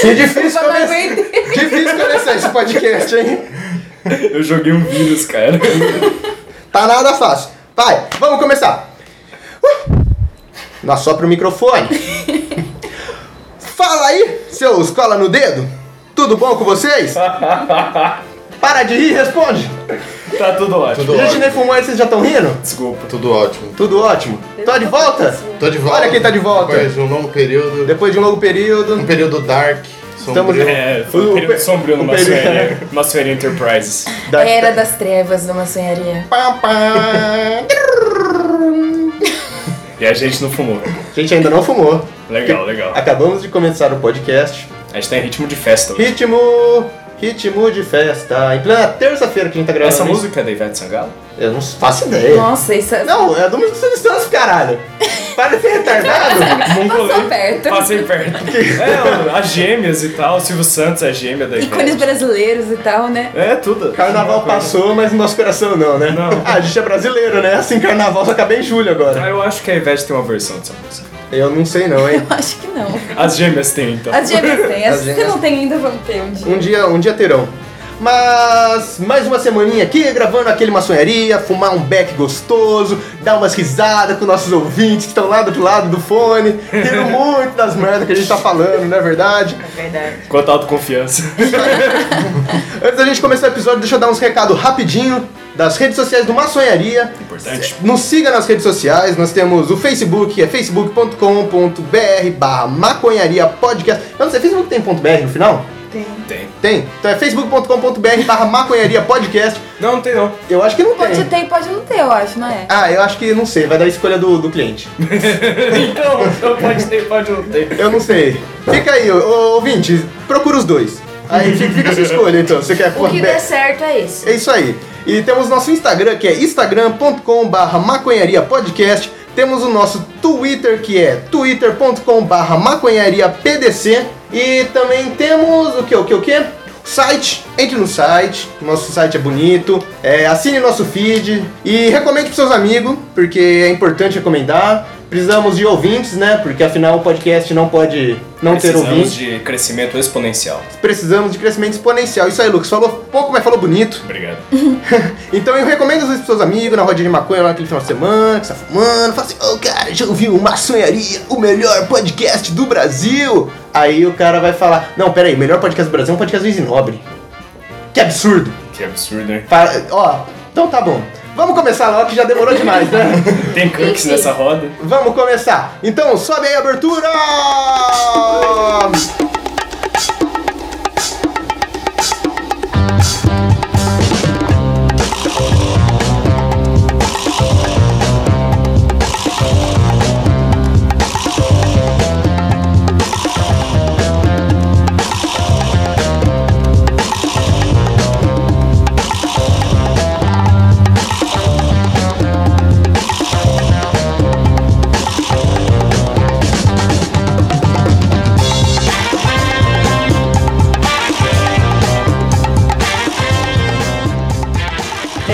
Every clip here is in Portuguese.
Que difícil, Eu não começar, difícil começar esse podcast, hein? Eu joguei um vírus, cara. Tá nada fácil. Vai, vamos começar. Nós só pro microfone. Fala aí, seus cola no dedo. Tudo bom com vocês? Para de rir, responde. Tá tudo ótimo. A Tudo gente ótimo. nem fumou e vocês já estão rindo? Desculpa. Tudo ótimo. Tudo ótimo. Tá de volta? Tô de volta. Olha quem tá de volta. Depois de um longo período. Depois de um longo Um período. período dark. Estamos- sombrio. É, foi O um período pe- sombrio o numa período- série. Uma série Enterprises. da- Era das trevas numa sonharia. Pá, pá. E a gente não fumou. A gente ainda não fumou. Legal, legal. Acabamos de começar o podcast. A gente tá em ritmo de festa. hoje. Ritmo, ritmo de festa. Em plena terça-feira que a gente tá gravando. Essa isso. música é da Ivete Sangalo? Eu não faço ideia. Nossa, isso é. Não, é do Música Sem Distância, caralho. Para de ser retardado. Mongolei. perto. Passei perto. É, as gêmeas e tal. O Silvio Santos é a gêmea da Ícones Ivete. brasileiros e tal, né? É, tudo. Carnaval passou, mas no nosso coração não, né? Não. Ah, a gente é brasileiro, né? Assim, carnaval só acaba em julho Ah, agora. eu acho que a Ivete tem uma versão dessa música. Eu não sei não, hein? Eu acho que não. As gêmeas têm, então. As gêmeas têm. As As que gêmeas- não tem ainda, vão ter um dia. Um dia, um dia terão. Mas mais uma semaninha aqui, gravando aquele maçonharia, fumar um beck gostoso, dar umas risadas com nossos ouvintes que estão lá do outro lado do fone, rindo muito das merdas que a gente tá falando, não é verdade? É verdade. Quanto autoconfiança. Antes da gente começar o episódio, deixa eu dar uns recados rapidinho das redes sociais do Maçonharia. Importante. Nos siga nas redes sociais, nós temos o Facebook, é facebook.com.br barra maconharia podcast. Eu não sei, Facebook tem ponto .br no final? Tem. Tem. Tem. Então é facebook.com.br barra maconharia podcast. Não, não tem não. Eu acho que não tem. Pode ter e pode não ter, eu acho, não é? Ah, eu acho que não sei, vai dar a escolha do, do cliente. Então, então pode ter, pode não ter. Eu não sei. Fica aí, ô, ô, ouvinte, procura os dois. Aí fica, fica a sua escolha, então. Você quer O que ponto der BR? certo é isso. É isso aí. E temos nosso Instagram, que é instagram.com barra maconharia podcast. Temos o nosso Twitter, que é twitter.com barra maconharia pdc. E também temos o que, o que, o que? Site, entre no site, nosso site é bonito, é, assine nosso feed e recomende para seus amigos, porque é importante recomendar. Precisamos de ouvintes, né? Porque afinal o podcast não pode não ter Precisamos ouvintes. de crescimento exponencial. Precisamos de crescimento exponencial. Isso aí, Lucas. Falou pouco, mas falou bonito. Obrigado. Então eu recomendo às vezes pros seus amigos na rodinha de maconha lá naquele final de semana, que você tá fumando, fala assim, ô cara, já ouviu o Maçonharia, o melhor podcast do Brasil? Aí o cara vai falar, não, peraí, o melhor podcast do Brasil é um podcast do Isinobre. Que absurdo. Que absurdo, né? hein? Fala, ó, então tá bom. Vamos começar logo que já demorou demais, né? Tem cookies Enfim. nessa roda? Vamos começar. Então sobe aí a abertura!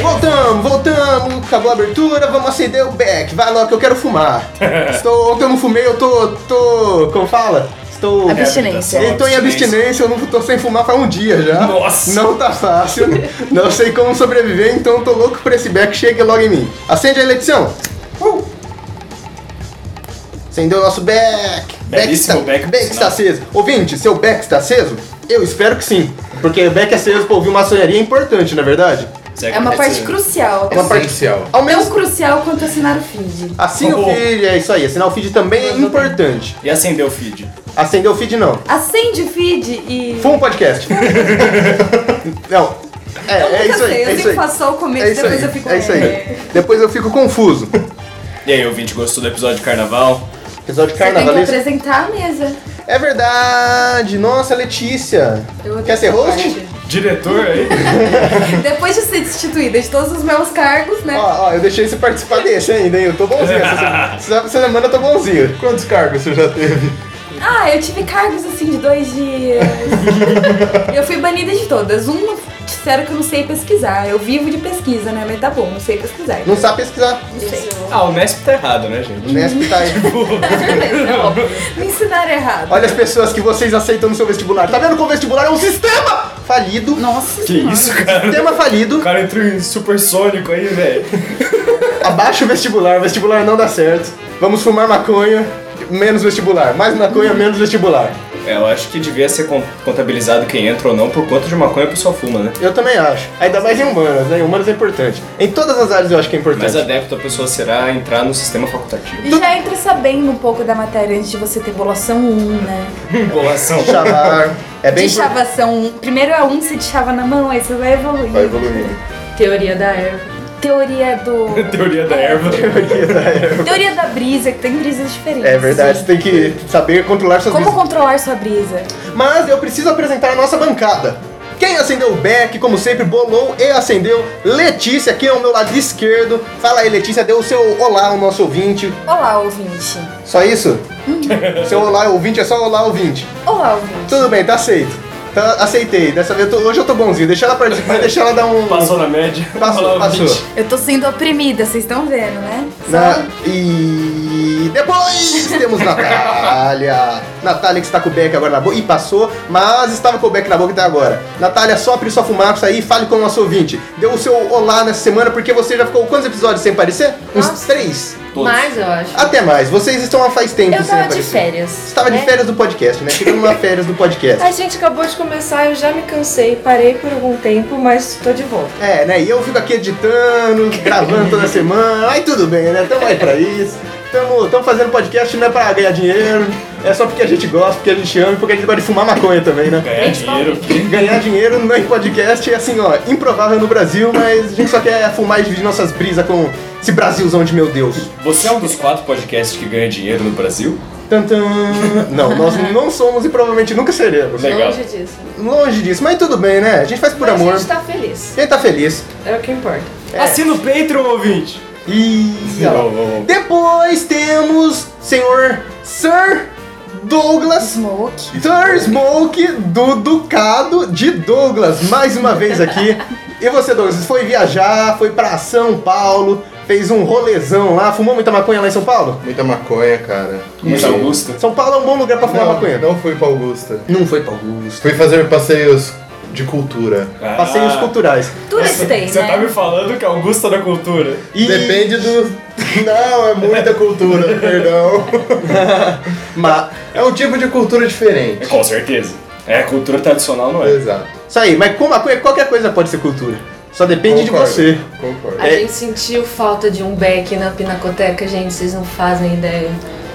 Voltamos, voltamos, acabou a abertura, vamos acender o beck. Vai logo que eu quero fumar. Estou, ontem eu não fumei, eu tô, tô, como fala? Estou, Abstinência. eu tô em abstinência, eu não tô sem fumar faz um dia já. Nossa. Não tá fácil, não sei como sobreviver, então eu tô louco pra esse beck, chegue logo em mim. Acende a eleição. Uh. Acendeu o nosso beck. Belíssimo está, beck, por beck está sinal. aceso. Ouvinte, seu beck está aceso? Eu espero que sim, porque beck aceso pra ouvir maçonharia é importante, na é verdade? É uma parte crucial. É uma parte- Essencial. Ao menos Tão crucial quanto assinar o feed. Assine o Oh. feed, é isso aí. Assinar o feed também é importante. E acender o feed. Acender o feed não. Acende o feed e. Fuma um podcast. não. É, Eu é nunca isso aí. sei, assim, eu É isso sempre aí. faço só o começo, É isso depois eu aí. fico. É isso aí. "É". Depois eu fico confuso. E aí, ouvinte, gostou do episódio de carnaval? Episódio Você tem que carnavalesco. apresentar a mesa. É verdade. Nossa, Letícia. Eu odeio Quer ser essa host? parte. Diretor aí? Depois de ser destituída de todos os meus cargos, né? Ó, ó, eu deixei você participar desse ainda, hein? Eu tô bonzinho. Essa semana, essa semana eu tô bonzinho. Quantos cargos você já teve? Ah, eu tive cargos assim de dois dias. eu fui banida de todas. Um Sério que eu não sei pesquisar. Eu vivo de pesquisa, né? Mas tá bom, não sei pesquisar. então Não sabe pesquisar. Não sei. Ah, o Nesp tá errado, né, Hum. gente? Nesp tá aí. Com certeza, é óbvio. Me ensinaram errado. Olha as pessoas que vocês aceitam no seu vestibular. Tá vendo como o vestibular é um sistema falido? Nossa Que isso, cara? Sistema falido. O cara entrou em supersônico aí, velho. Abaixa o vestibular, o vestibular não dá certo. Vamos fumar maconha, menos vestibular. Mais maconha, menos vestibular. É, eu acho que devia ser con- contabilizado quem entra ou não por quanto de maconha a pessoa fuma, né? Eu também acho. Ainda mais em humanas, né? Em humanas é importante. Em todas as áreas eu acho que é Mais importante. adepto a pessoa será entrar no sistema facultativo. E já entra sabendo um pouco da matéria antes de você ter bolação 1, né? Bolação. Chavar. É bem de chavação 1. Primeiro é 1, você te chava na mão, aí você vai evoluir. Vai evoluir. Teoria da erva. Teoria do. Teoria da erva. Teoria da brisa, que tem brisas diferentes. É verdade, você tem que saber controlar suas Como visões. controlar sua brisa? Mas eu preciso apresentar a nossa bancada. Quem acendeu o Beck, como sempre, bolou e acendeu Letícia, aqui ao meu lado esquerdo. Fala aí, Letícia, deu o seu olá ao nosso ouvinte. Olá, ouvinte. Só isso? seu olá ouvinte é só olá ouvinte. Olá, ouvinte. Tudo bem, tá aceito. Tá, aceitei. Dessa vez eu tô- hoje eu tô bonzinho. Deixa ela participar, deixa ela dar um. Passou na média. Passou, Olá, passou. ouvinte. Eu tô sendo oprimida, vocês estão vendo, né? Na- E depois temos Natália. Natália que está com o Beck agora na boca. E passou, mas estava com o Beck na boca até agora. Natália, sopre sua fumaça aí e fale com o nosso ouvinte. Deu o seu olá nessa semana porque você já ficou quantos episódios sem aparecer? Uns Nossa. três. Todos. Mas eu acho. Até mais. Vocês estão há faz tempo Eu sem tava de aparecer. férias. Você estava de né? férias do podcast, né? Ficando numa férias do podcast. A gente acabou de começar, eu já me cansei, parei por algum tempo, mas tô de volta. É, né? E eu fico aqui editando, gravando toda semana. Aí tudo bem, né? Tamo aí pra isso. Tamo, tamo fazendo podcast não é pra ganhar dinheiro, é só porque a gente gosta, porque a gente ama e porque a gente gosta de fumar maconha também, né? Ganhar dinheiro. Ganhar dinheiro não é em podcast é assim, ó, improvável no Brasil, mas a gente só quer fumar e dividir nossas brisas com esse Brasilzão de meu Deus. Você é um dos quatro podcasts que ganha dinheiro no Brasil? Tantan. Não, nós não somos e provavelmente nunca seremos. Legal. Longe disso. Longe disso, mas tudo bem, né? A gente faz por Mas amor. A gente tá feliz. Quem tá feliz. É o que importa. Assina o Patreon, ouvinte. E. Não, não, não. Depois temos senhor Sir Douglas Smoke. Sir Smoke do Ducado de Douglas, mais uma vez aqui. E você, Douglas, foi viajar, foi pra São Paulo, fez um rolezão lá, fumou muita maconha lá em São Paulo? Muita maconha, cara. Mas Augusta. São Paulo é um bom lugar pra fumar Não, maconha. não fui pra Augusta. Não foi pra Augusto. Fui fazer passeios de cultura. Passeios Ah, culturais. é Turistei, Você né? tá me falando que Augusta da cultura. E- Depende do. Não, é muita cultura, perdão. Ma- É um tipo de cultura diferente. Com certeza. É, cultura tradicional não é. Exato. Isso aí, mas com maconha qualquer coisa pode ser cultura. Só depende Concordo. de você. Concordo. A É. gente sentiu falta de um beck na pinacoteca, gente, vocês não fazem ideia.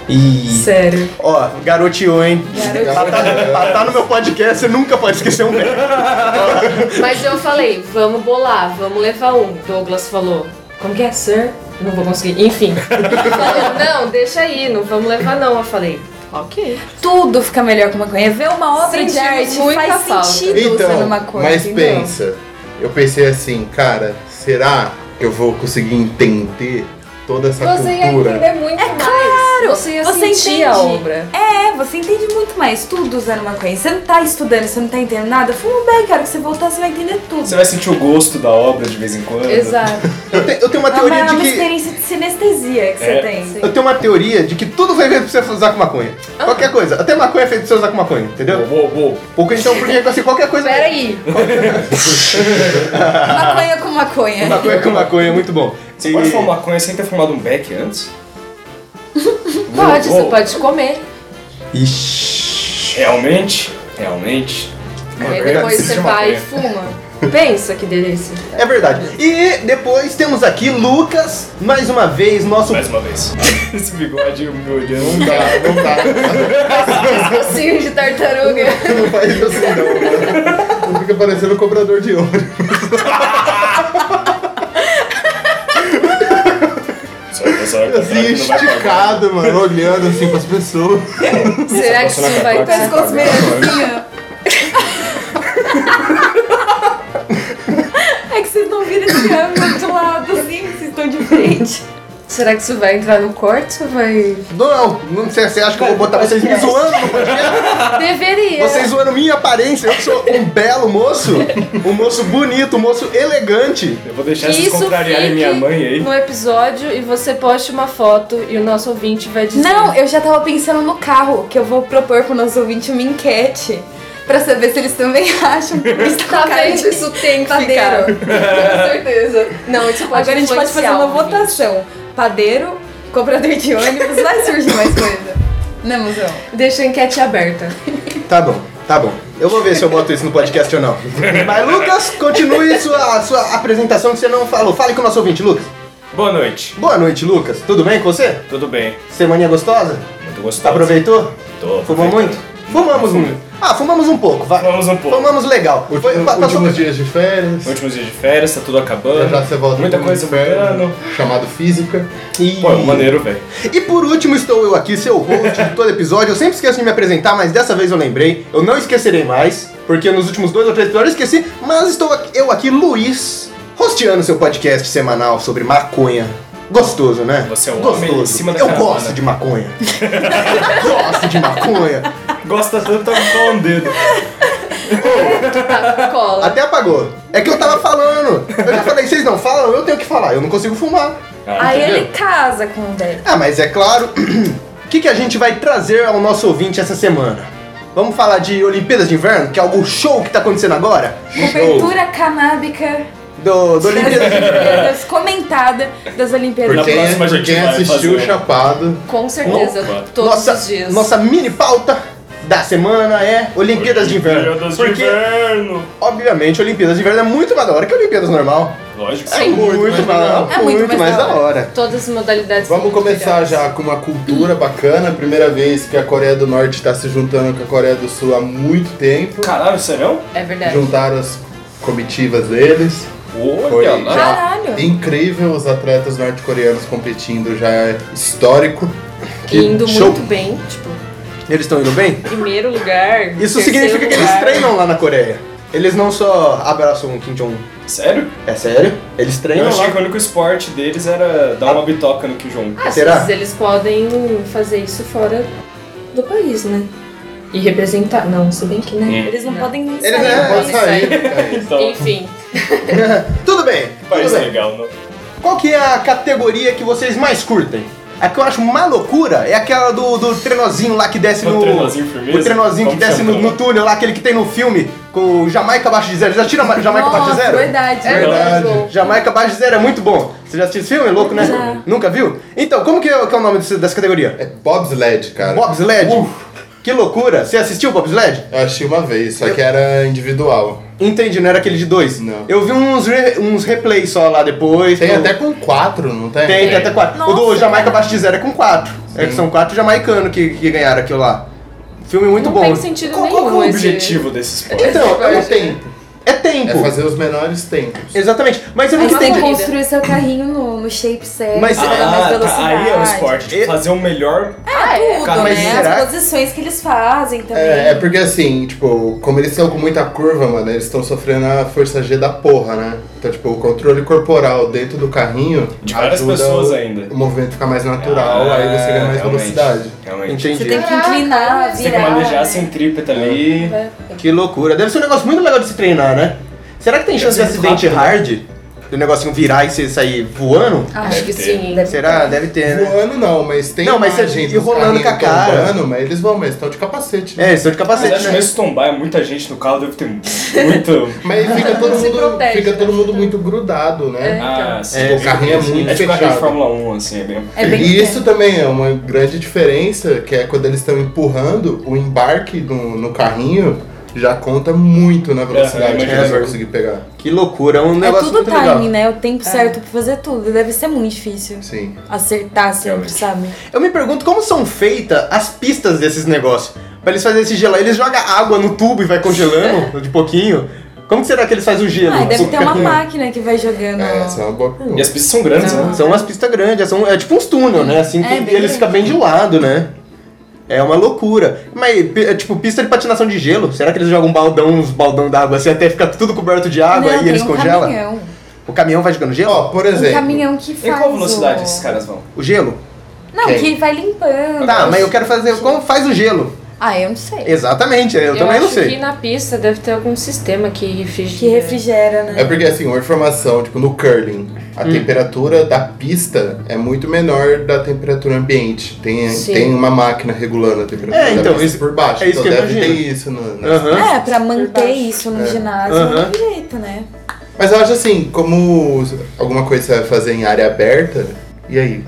E. Sério. Ó, garoteou, hein? Garoto. Pra tá, pra tá no meu podcast, você nunca pode esquecer um beijo. Mas eu falei, vamos bolar, vamos levar um. Douglas falou, como que é, sir? Eu Não vou conseguir, enfim. falou, não, deixa aí, não vamos levar não. Eu falei, ok. Tudo fica melhor com maconha. Ver uma obra de Sentimos arte muita faz falta. sentido usando Então, maconha. mas entendeu? pensa, eu pensei assim, cara, será que eu vou conseguir entender toda essa Você ia cultura? entender muito mais. claro, Você ia você sentir a entende. obra. É, você entende muito mais tudo usando maconha. Você não tá estudando, você não tá entendendo nada. Fuma bem, cara, que você voltar, você vai entender tudo. Você vai sentir o gosto da obra de vez em quando. Exato. Eu, te- eu tenho uma É uma, teoria é de uma que. experiência de sinestesia que É. você tem. Sim. Eu tenho uma teoria de que tudo foi feito pra você usar com maconha. Ah. Qualquer coisa. Até maconha é feito pra você usar com maconha, Uou, entendeu? uou, uou. Porque então, porque assim, qualquer coisa. Peraí. Maconha com maconha. Maconha com maconha, é muito bom. Você E- pode fumar maconha sem ter fumado um beck antes? Pode, Uou, você uou. pode comer. Ixi. Realmente? Realmente? Uma Aí verdade, depois precisa você de vai e maconha. fuma. Pensa que delícia. É verdade. E depois temos aqui Lucas, mais uma vez, nosso. Mais uma vez. Esse bigode me olhando. Não dá, não dá. Focinho de tartaruga. Não faz isso assim não, mano. Não fica parecendo um cobrador de ônibus. Só que você vai comprar que não Assim, vai pagar. esticado, mano, olhando assim pras pessoas. Será que Você vai isso comprar vai que você pescoço vai mesmo? pagar. É que vocês não viram esse ângulo de lado, assim, vocês estão de frente. Será que isso vai entrar no corte ou vai. Não, não sei, você acha que eu vou botar vocês me zoando no podcast? Ah, Deveria! Vocês zoando minha aparência, eu que sou um belo moço, um moço bonito, um moço elegante. Eu vou deixar Que vocês isso contrariarem fique minha mãe aí. no episódio e você poste uma foto e o nosso ouvinte vai dizer. Não, eu já tava pensando no carro, que eu vou propor pro nosso ouvinte uma enquete. Pra saber se eles também acham que está Tá com cara vendo? de Isso tem que ficar. padeiro. Com certeza. Não, isso pode Agora a gente pode fazer influenciar uma o ouvinte. votação. Padeiro, comprador de ônibus, vai surgir mais coisa. Né, mozão? Deixa a enquete aberta. Tá bom, tá bom. Eu vou ver se eu boto isso no podcast ou não. Mas, Lucas, continue sua, sua apresentação que você não falou. Fale com o nosso ouvinte, Lucas. Boa noite. Boa noite, Lucas. Tudo bem com você? Tudo bem? Semaninha gostosa? Muito gostoso. Aproveitou? Tô Fumou muito? aproveitando. Fumamos muito. Ah, fumamos um pouco, vai. Fumamos um pouco. Fumamos legal. Último- Foi- pa- passou- últimos dias de férias. Últimos dias de férias, tá tudo acabando. Já já você volta Muita pro coisa inferno, mudando. Chamado física. E- Pô, é um maneiro, velho. E por último estou eu aqui, seu host de todo episódio. Eu sempre esqueço de me apresentar, mas dessa vez eu lembrei. Eu não esquecerei mais, porque nos últimos dois ou três episódios eu esqueci. Mas estou aqui- eu aqui, Luiz, hosteando seu podcast semanal sobre maconha. Gostoso, né? Você é o Gostoso. homem em cima da Eu caravana. gosto de maconha. eu gosto de maconha. Gosta tanto, tá com um dedo. Tá, cola. Até apagou. É que eu tava falando. Eu já falei, vocês não falam, eu tenho que falar. Eu não consigo fumar. Ah, Aí entendeu? ele casa com o velho. Ah, mas é claro. O que, que a gente vai trazer ao nosso ouvinte essa semana? Vamos falar de Olimpíadas de Inverno, que é algo show que tá acontecendo agora? Cobertura canábica Do, do das Olimpíadas de Inverno. Olimpíadas, comentada das Olimpíadas. Por quem, próxima a por gente quem vai assistiu fazer. Chapado, Com certeza, Opa. todos nossa, os dias. Nossa mini pauta da semana é Olimpíadas de Inverno. Períodos de Porque, inverno. obviamente, Olimpíadas de Inverno é muito mais da hora que Olimpíadas normal. Lógico que É sim. muito, mais mais, da hora. É muito mais da da hora. Todas as modalidades. Vamos são começar melhores. já com uma cultura bacana. Primeira vez que a Coreia do Norte está se juntando com a Coreia do Sul há muito tempo. Caralho, serão? É verdade. Juntaram as comitivas deles. Olha Foi. lá. Caralho. Incrível os atletas norte-coreanos competindo, já é histórico. Indo show. muito bem. Tipo, Eles estão indo bem? primeiro lugar. Isso terceiro significa que eles lugar. treinam lá na Coreia. Eles não só abraçam o Kim Jong-un. Sério? É sério? Eles Eu treinam lá. achei que o único esporte deles era dar uma bitoca no Kijong. Ah, Será? Será? eles podem um, fazer isso fora do país, né? E representar. Não, se bem que, né? Hum. Eles não podem nem Eles sair. não Pode Eles sair. Então, Enfim, Tudo bem, tudo país bem. legal, né? não? Qual que é a categoria que vocês mais curtem? A que eu acho uma loucura é aquela do, do trenozinho lá que desce O no. trenozinho Um firmeza? O trenozinho que Como desce chama? no, no túnel lá, aquele que tem no filme com o Jamaica abaixo de zero. Já tira Ma- Jamaica abaixo de Nossa, zero? verdade. é Verdade. muito bom. Jamaica abaixo de zero é muito bom. Você já assistiu esse filme? É louco, né? Já. Nunca viu? Então, como que é, que é o nome desse- dessa categoria? É bobsled, cara. Bobsled? Que loucura! Você assistiu o Bobsled? Eu achei uma vez, só que era individual. Entendi, não era aquele de dois? Não. Eu vi uns, re- uns replays só lá depois. Tem Eu- até com quatro, não tem? Tem, tem até 4. O do Nossa. Jamaica abaixo de zero é com 4. É que são 4 jamaicanos que, que ganharam aquilo lá. Filme muito não bom. tem sentido Qual, qual nenhum. que é o esse- objetivo desse esporte? Então, É é, o tempo. é tempo. É fazer os menores tempos. Exatamente. Mas eu não Aí você tem que entendi. construir seu carrinho no, no shape certo, Mas- mas, mais Ah, tá, velocidade. aí é o esporte. E- De fazer o melhor. Ah, é. Tudo, Cara, né? mas será? As posições que eles fazem também. É, é porque assim, tipo, como eles estão com muita curva, mano, eles estão sofrendo a força G da porra, né? Então, tipo, o controle corporal dentro do carrinho De várias ajuda pessoas o, ainda. o movimento ficar mais natural, Ah, aí você ganha mais realmente, velocidade. Realmente. Entendi. Você tem que Caraca, inclinar, virar. Você tem que manejar assim. a centrípeta É. ali. Que loucura. Deve ser um negócio muito legal de se treinar, né? Será que tem Deve chance de ser acidente rápido, né? hard? Do negocinho virar e você sair voando? Ah, Acho que Deve sim. Será? Deve ter, né? Voando não, mas tem Não, mas você imagem ir dos rolando carrinhos com a cara. tombando, mas eles vão, mas estão de capacete. né? É, eles são de Mas capacete, acho né? mesmo se tombar, é muita gente no carro, deve ter É. muito. Mas fica todo Se mundo, protege, fica né? todo mundo muito grudado, né? Ah, sim. É, o carrinho é muito É tipo carrinho de fechado. Fórmula 1, assim, é bem. É bem e isso também é uma grande diferença, que é quando eles estão empurrando, o embarque no, no carrinho já conta muito na É, velocidade que imagina. eles vão conseguir pegar. Que loucura. É um É negócio tudo muito legal. timing, né? O tempo certo pra fazer tudo. Deve ser muito difícil Sim. acertar sempre, Realmente. sabe? Eu me pergunto como são feitas as pistas desses negócios. Pra eles fazerem esse gelo. Eles jogam água no tubo e vai congelando de pouquinho. Como que será que eles fazem o gelo? Ah, deve ter uma Porque- máquina que vai jogando. É, essa é uma boa E pergunta. as pistas são grandes, né? São umas pistas grandes, são, é tipo uns túnel, né? Assim, É, que bem eles ficam bem de lado, né? É uma loucura. Mas, p- é tipo, pista de patinação de gelo. Será que eles jogam um baldão, uns baldão d'água assim até ficar tudo coberto de água Não, e eles tem um congelam? caminhão. O caminhão vai jogando gelo? Ó, por O exemplo. um caminhão que Em faz qual velocidade o... esses caras vão? O gelo? Não, Quem? que vai limpando. Tá, mas eu quero fazer. Como faz o gelo? Ah, eu não sei. Exatamente, eu, também acho não sei. que na pista deve ter algum sistema que refrigera. Que refrigera, né? É porque assim, uma informação, tipo, no curling, a Hum. temperatura da pista é muito menor da temperatura ambiente. Tem, Sim. tem uma máquina regulando a temperatura É, então, da pista isso- por baixo. é isso então que eu deve ter imagino. isso no, no- Aham. É, pra manter isso no É. ginásio, Aham. não tem jeito, né? Mas eu acho assim, como alguma coisa você vai fazer em área aberta, e aí?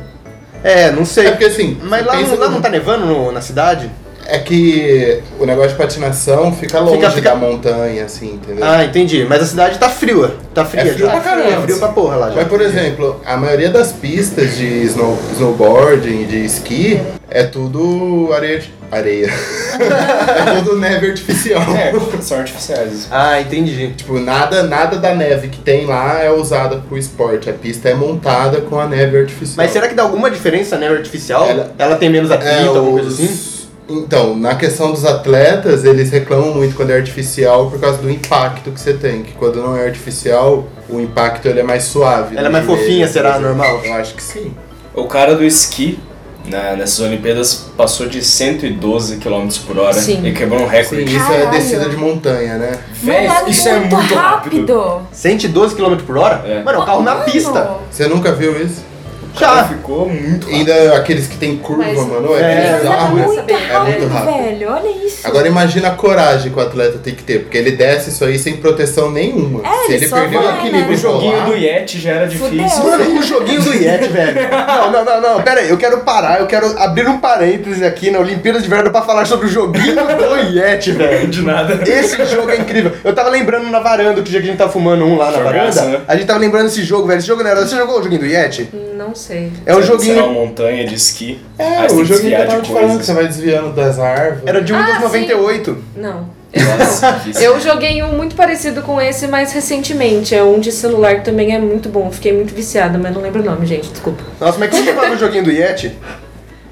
É, não É sei. porque assim. Mas lá, pensa não- lá no- não tá nevando no- na cidade? É que o negócio de patinação fica longe fica- da montanha, assim, entendeu? Ah, entendi. Mas a cidade tá fria. Tá fria frio já. pra caramba. É frio pra porra lá já. Mas, por exemplo, a maioria das pistas de snow, snowboarding, de esqui, é tudo areia. de- Areia. é tudo neve artificial. É, são artificiais. Ah, entendi. Tipo, nada, nada da neve que tem lá é usada pro esporte. A pista é montada com a neve artificial. Mas será que dá alguma diferença a neve artificial? Ela, Ela- tem menos atrito, é, alguma os... coisa assim? Então, na questão dos atletas, eles reclamam muito quando é artificial por causa do impacto que você tem. Que quando não é artificial, o impacto ele é mais suave. né? Ela é no mais joelho, fofinha, por será, exemplo. normal? Eu acho que sim. O cara do esqui na- nessas Olimpíadas passou de 112 km por hora Sim. e quebrou um Sim, recorde. isso é Caralho. descida de montanha, né? Véi, Mano, isso é muito rápido. 112 km por hora? É. Mano, é um carro na Mano, pista. Você nunca viu isso? O cara Já. ficou muito rápido. Ainda aqueles que tem curva, Mas- mano. É, É, mas anda bizarro. muito É muito rápido, rápido. velho. Olha isso. Agora imagina a coragem que o atleta tem que ter, porque ele desce isso aí sem proteção nenhuma. Se ele ele só perdeu o vai, né? Um equilíbrio O joguinho lá, do Yeti já era Fudeu. difícil. Mano, o joguinho do Yeti, velho. Não, não, não, não. Pera aí, eu quero parar, eu quero abrir um parêntese aqui na Olimpíada de Verão pra falar sobre o joguinho do Yeti, velho. De nada. Esse jogo é incrível. Eu tava lembrando na varanda, outro dia que a gente tava fumando um lá na Jogaço, varanda. né? A gente tava lembrando desse jogo, velho. Esse jogo não era. Você jogou o joguinho do Yeti? Não sei. É um Sabe, será joguinho. uma montanha de esqui. É, Aí você tem o que joguinho que eu desviar tava de te falando, que você coisas. vai desviando das árvores. Era de um Windows Ah, sim. 98. Não. Nossa, que isso. Eu joguei um muito parecido com esse mais recentemente. É um de celular que também é muito bom. Fiquei muito viciada, mas não lembro o nome, gente. Desculpa. Nossa, mas como que falava o joguinho do Yeti?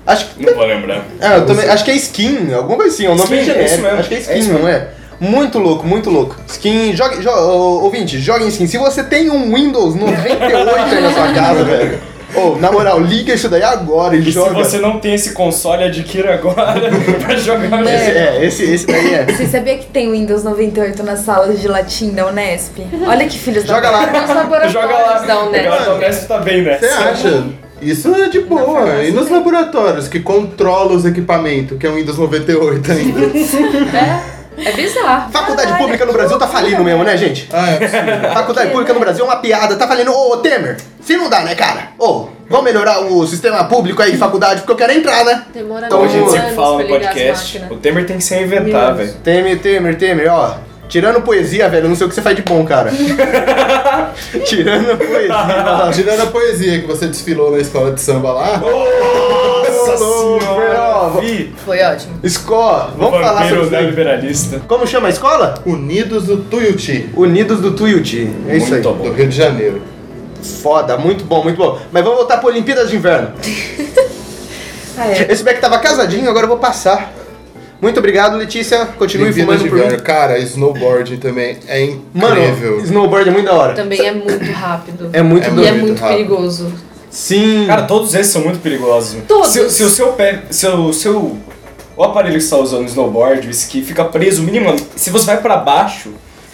Acho que. Não vou lembrar. Ah, eu também, acho que é skin, alguma coisa assim, é um nome Skin, bem é isso genérico. mesmo, acho que é é skin, isso não é? Muito louco, muito louco. Skin, jogue, jo, ô, ouvinte, jogue em skin. Se você tem um Windows 98 aí na sua casa, velho. Ô, na moral, liga isso daí agora e E se joga. você não tem esse console, adquira agora pra jogar Esse- Né? nesse. é, esse, esse daí é. Você sabia que tem Windows 98 nas salas de latim da Unesp? Olha que filhos da Joga lá. Os laboratórios Joga lá. da A galera da Unesp. Unesp tá bem Você nessa. acha? Isso é de boa. E nos laboratórios que controla os equipamentos, que é o Windows 98 ainda. É bizarro. Faculdade pública no Brasil tá falindo mesmo, né, gente? ah, é possível. Faculdade pública no Brasil é uma piada, tá falindo. Ô, ô, Temer, se não dá, né, cara? Ô, vamos melhorar o sistema público aí de faculdade, porque eu quero entrar, né? Demora Então, Como a mil gente sempre anos fala pra no ligar as podcast, máquinas. o Temer tem que se Mil reinventar, anos. velho. Temer, Temer, Temer, ó. Tirando poesia, velho, eu não sei o que você faz de bom, cara. Tirando poesia. ó. Tirando a poesia que você desfilou na escola de samba lá, Nossa louco, velho. Vi, Foi ótimo. Escola, o vamos falar sobre vampiro isso da aí. liberalista. Como chama a escola? Unidos do Tuiuti, Unidos do Tuiuti. É isso aí. Muito do bom. Rio de Janeiro. Foda, muito bom, muito bom. Mas vamos voltar para Olimpíadas de Inverno. Ah, é. Esse Beck tava casadinho, agora eu vou passar. Muito obrigado, Letícia. Continue Olimpíadas fumando de por mim. Inverno. Cara, snowboarding também é Mano, incrível. snowboard é muito da hora. Também é muito rápido. É muito É E é doido. muito muito rápido. perigoso. Sim. Cara, todos esses são muito perigosos. Todos. Se, se o seu pé, se o seu... O aparelho que você tá usando, o snowboard, o esqui, fica preso minimamente. Se você vai pra baixo,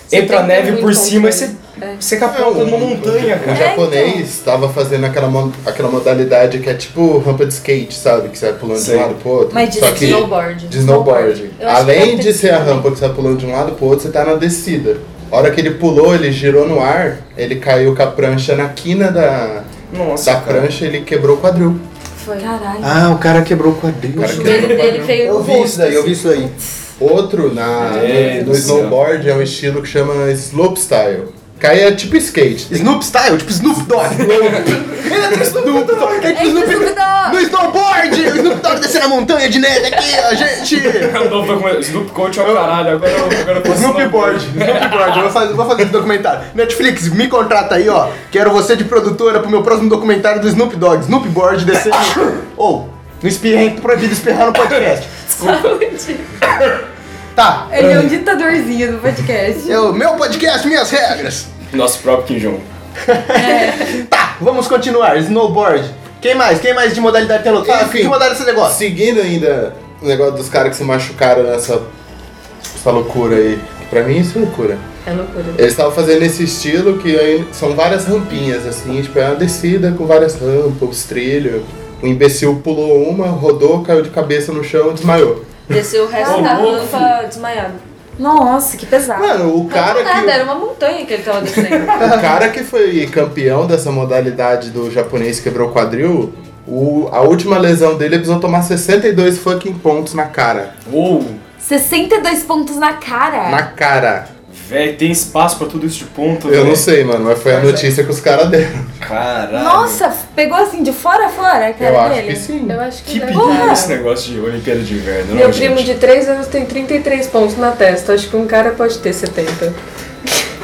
Você entra a tem que ter neve muito por cima e você, controle. É. você capota numa montanha, O cara. japonês tava fazendo aquela, mo- aquela modalidade que é tipo rampa de skate, sabe? Que você vai pulando de Sei. um lado pro outro. Mas de Só que Snowboard. De snowboard. Eu acho que Além deve de ter né? ser a rampa que você vai pulando de um lado pro outro, você tá na descida. A hora que ele pulou, ele girou no ar, ele caiu com a prancha na quina da, Nossa, da cara. prancha, ele quebrou o quadril. Foi. Caralho. Ah, o cara quebrou o quadril. O cara quebrou Ele, o quadril. ele veio Eu no vi isso rosto. daí, eu vi isso aí. Outro na, É, no do céu. snowboard é um estilo que chama slopestyle. Cai é tipo skate. Snoop Style, tipo Snoop Dogg. Ele é do Snoop Dogg. É tipo É do Snoop Dogg. No snowboard! O Snoop Dogg descendo a montanha de neve aqui, a gente... Não, tô com- Snoop Coach é o caralho, agora eu, agora eu tô Snoop Board, Snoop Board, eu vou fazer, vou fazer esse documentário. Netflix, me contrata aí, ó. Quero você de produtora pro meu próximo documentário do Snoop Dogg. Snoop Board descendo. Ou, não espirrem, proibido espirrar no podcast. Tá, Ele é um ditadorzinho do podcast. eu, meu podcast, minhas regras. Nosso próprio Kim Jong. Tá, vamos continuar. Snowboard. Quem mais? Quem mais de modalidade tem luta? Ah, Enfim. que modalidade você negócio? Seguindo ainda o negócio dos caras que se machucaram nessa essa loucura aí. Pra mim isso é loucura. É loucura. Eles estavam fazendo esse estilo que aí são várias rampinhas, assim, tipo, é uma descida com várias rampas, trilhos. O imbecil pulou uma, rodou, caiu de cabeça no chão e desmaiou. Desceu o resto Ô, da louco. rampa desmaiado. Nossa, que pesado. Mano, o Não cara nada, que. era uma montanha que ele tava descendo. O cara que foi campeão dessa modalidade do japonês que quebrou o quadril, o- a última lesão dele ele precisou tomar 62 fucking pontos na cara. Uou, 62 pontos na cara. Na cara. velho, tem espaço pra tudo isso de ponta, Eu não véi. sei, mano, mas foi a notícia que os caras deram. Caralho. Nossa, pegou assim de fora a fora a cara Eu acho É dele? que sim. Eu acho Que que, perigo não. esse negócio de Olimpíada de Inverno, Meu não, gente? primo de 3 anos tem 33 pontos na testa. Acho que um cara pode ter 70.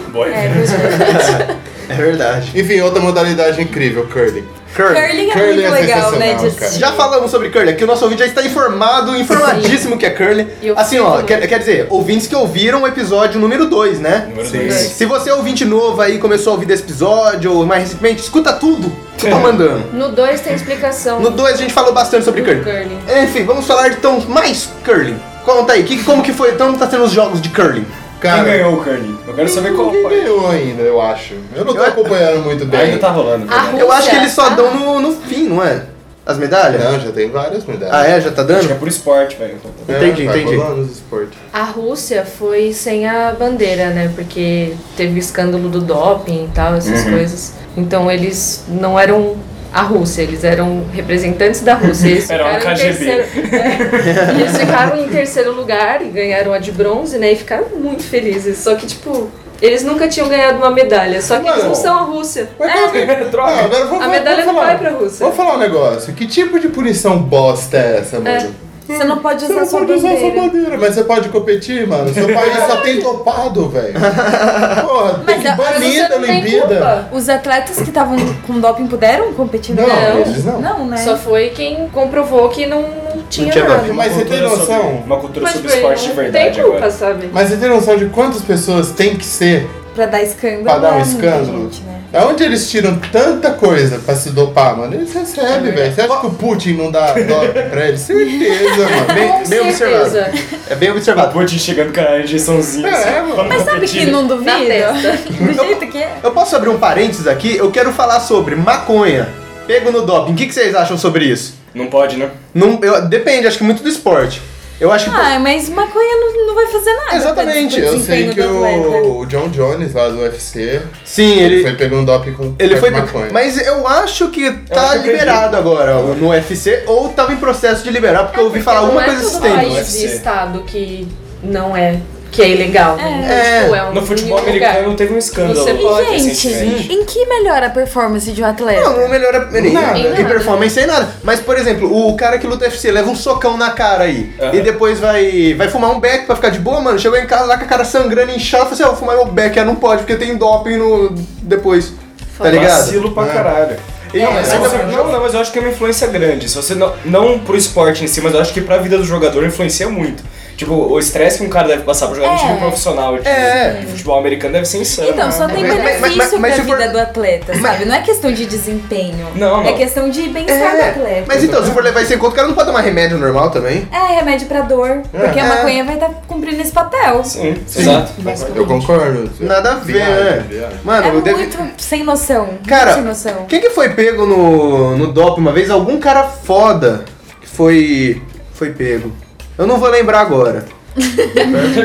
Boy. É, pois é. É verdade. Enfim, outra modalidade incrível, curling. Curling. Curling é Curling é muito legal, né? De sensacional, cara. assistir. Já falamos sobre curling, aqui o nosso ouvinte já está informado, informadíssimo que é curling. E eu Assim, fico ó, muito. quer, quer dizer, ouvintes que ouviram o episódio número 2, né? Número Sim. dois. Sim. Se você é ouvinte novo aí, começou a ouvir desse episódio, ou mais recentemente, escuta tudo que É. eu tô mandando. No 2 tem explicação. No 2 a gente falou bastante sobre Do curling. curling. Enfim, vamos falar então mais curling. Conta aí, que, como que foi então que tá sendo os jogos de curling? Quem Cara, ganhou o Curly? Eu quero saber qual ninguém foi. ganhou ainda, eu acho. Eu não tô Eu- é- acompanhando muito bem. Ainda tá rolando. Ah, velho. Eu acho que eles só tá? dão no, no fim, não é? As medalhas? Ah, Não, já tem várias medalhas. Ah, é? Já tá Acho que é dando? por esporte, velho. É, Entendi, tá entendi. rolando os esportes. A Rússia foi sem a bandeira, né? Porque teve o escândalo do doping e tal, essas coisas. Então eles não eram a Rússia, eles eram representantes da Rússia. Eles Era um ficaram uma em KGB. terceiro. É. eles ficaram em terceiro lugar e ganharam a de bronze, né? E ficaram muito felizes. Só que, tipo, eles nunca tinham ganhado uma medalha. Só que eles Mano. não são a Rússia. Mas É, calma, Droga. Ah, agora vamos- a vamos medalha não falar. vai pra Rússia. Vamos falar um negócio. Que tipo de punição bosta é essa, mano? Você não pode Você usar não sua pode usar sua bandeira. bandeira, mas você pode competir, mano. Seu país só tem topado, velho. Porra, tem Mas que a- a banir da não tem Olimpíada. culpa. né? Os atletas que estavam com doping puderam competir? Não, não, eles não. Não, né? Só foi quem comprovou que não, não tinha, tinha nada. doping. Mas, Mas você tem Cultura sobre- noção? Uma cultura sobre tipo, esporte de não verdade tem culpa, agora. sabe? Mas você tem noção de quantas pessoas tem que ser Pra dar escândalo. pra dar um é muita escândalo? gente, né? Da É onde eles tiram tanta coisa pra se dopar, mano? Eles recebem, É velho. Você acha que o Putin não dá doping pra eles? Certeza, mano. Bem- Com bem observado. certeza. É bem A observado. Tá Putin chegando com a injeçãozinha É, assim. mano. pra Mas sabe que competir. não duvido? Na testa. Do jeito que é. Eu posso abrir um parênteses aqui? Eu quero falar sobre maconha. Pego no doping. O que, que vocês acham sobre isso? Não pode, né? Não, eu- depende, acho que muito do esporte. Eu acho que. Ah, mas maconha não, não vai fazer nada. pra Exatamente, des- pro Eu sei desempenho que do Tá atleta. o, o John Jones lá do UFC, sim, ele, ele. foi pegar um doping com Ele foi. maconha. Mas eu acho que tá acho que eu liberado agora ó, no UFC, ou tava em processo de liberar, porque eu ouvi falar Não alguma é coisa todo desse tempo. país UFC. e estado que não é, que é ilegal. Né? É. Tipo, é um No futebol único lugar. americano teve um escândalo. Você pode. E, gente, recentemente. em que melhora a performance de um atleta? Não, não melhora nem, Nada. em Nada. performance nem nada. Mas, por exemplo, o cara que luta UFC leva um socão na cara aí. Aham. E depois vai, vai fumar um beck pra ficar de boa, mano. Chegou em casa lá com a cara sangrando, inchada, falou assim, ó, vou fumar meu beck, ah, não pode, porque tem doping no. depois. Tá ligado? Vacilo pra É. um caralho. E- Não, mas ainda- você- não, não, mas eu acho que é uma influência grande. Se você não, não pro esporte em si, mas eu acho que pra vida do jogador influencia muito. Tipo, o estresse que um cara deve passar pra jogar É. no time profissional de, É. de futebol americano deve ser insano. né? Então, só tem mas- É. mas- benefício mas- mas pra se for- vida do atleta, sabe? Não é questão de desempenho. Não, não. É questão de bem-estar do É, atleta. mas então, se for levar isso em conta, o cara não pode tomar remédio normal também. É remédio pra dor, porque É. a maconha vai estar cumprindo esse papel. Sim, exato. Eu concordo. Nada a ver, né? Viagem, viagem. Mano, é eu deve- muito sem noção. muito Cara, sem noção. Quem que foi pego no, no doping uma vez? Algum cara foda que foi. foi pego. Eu não vou lembrar agora.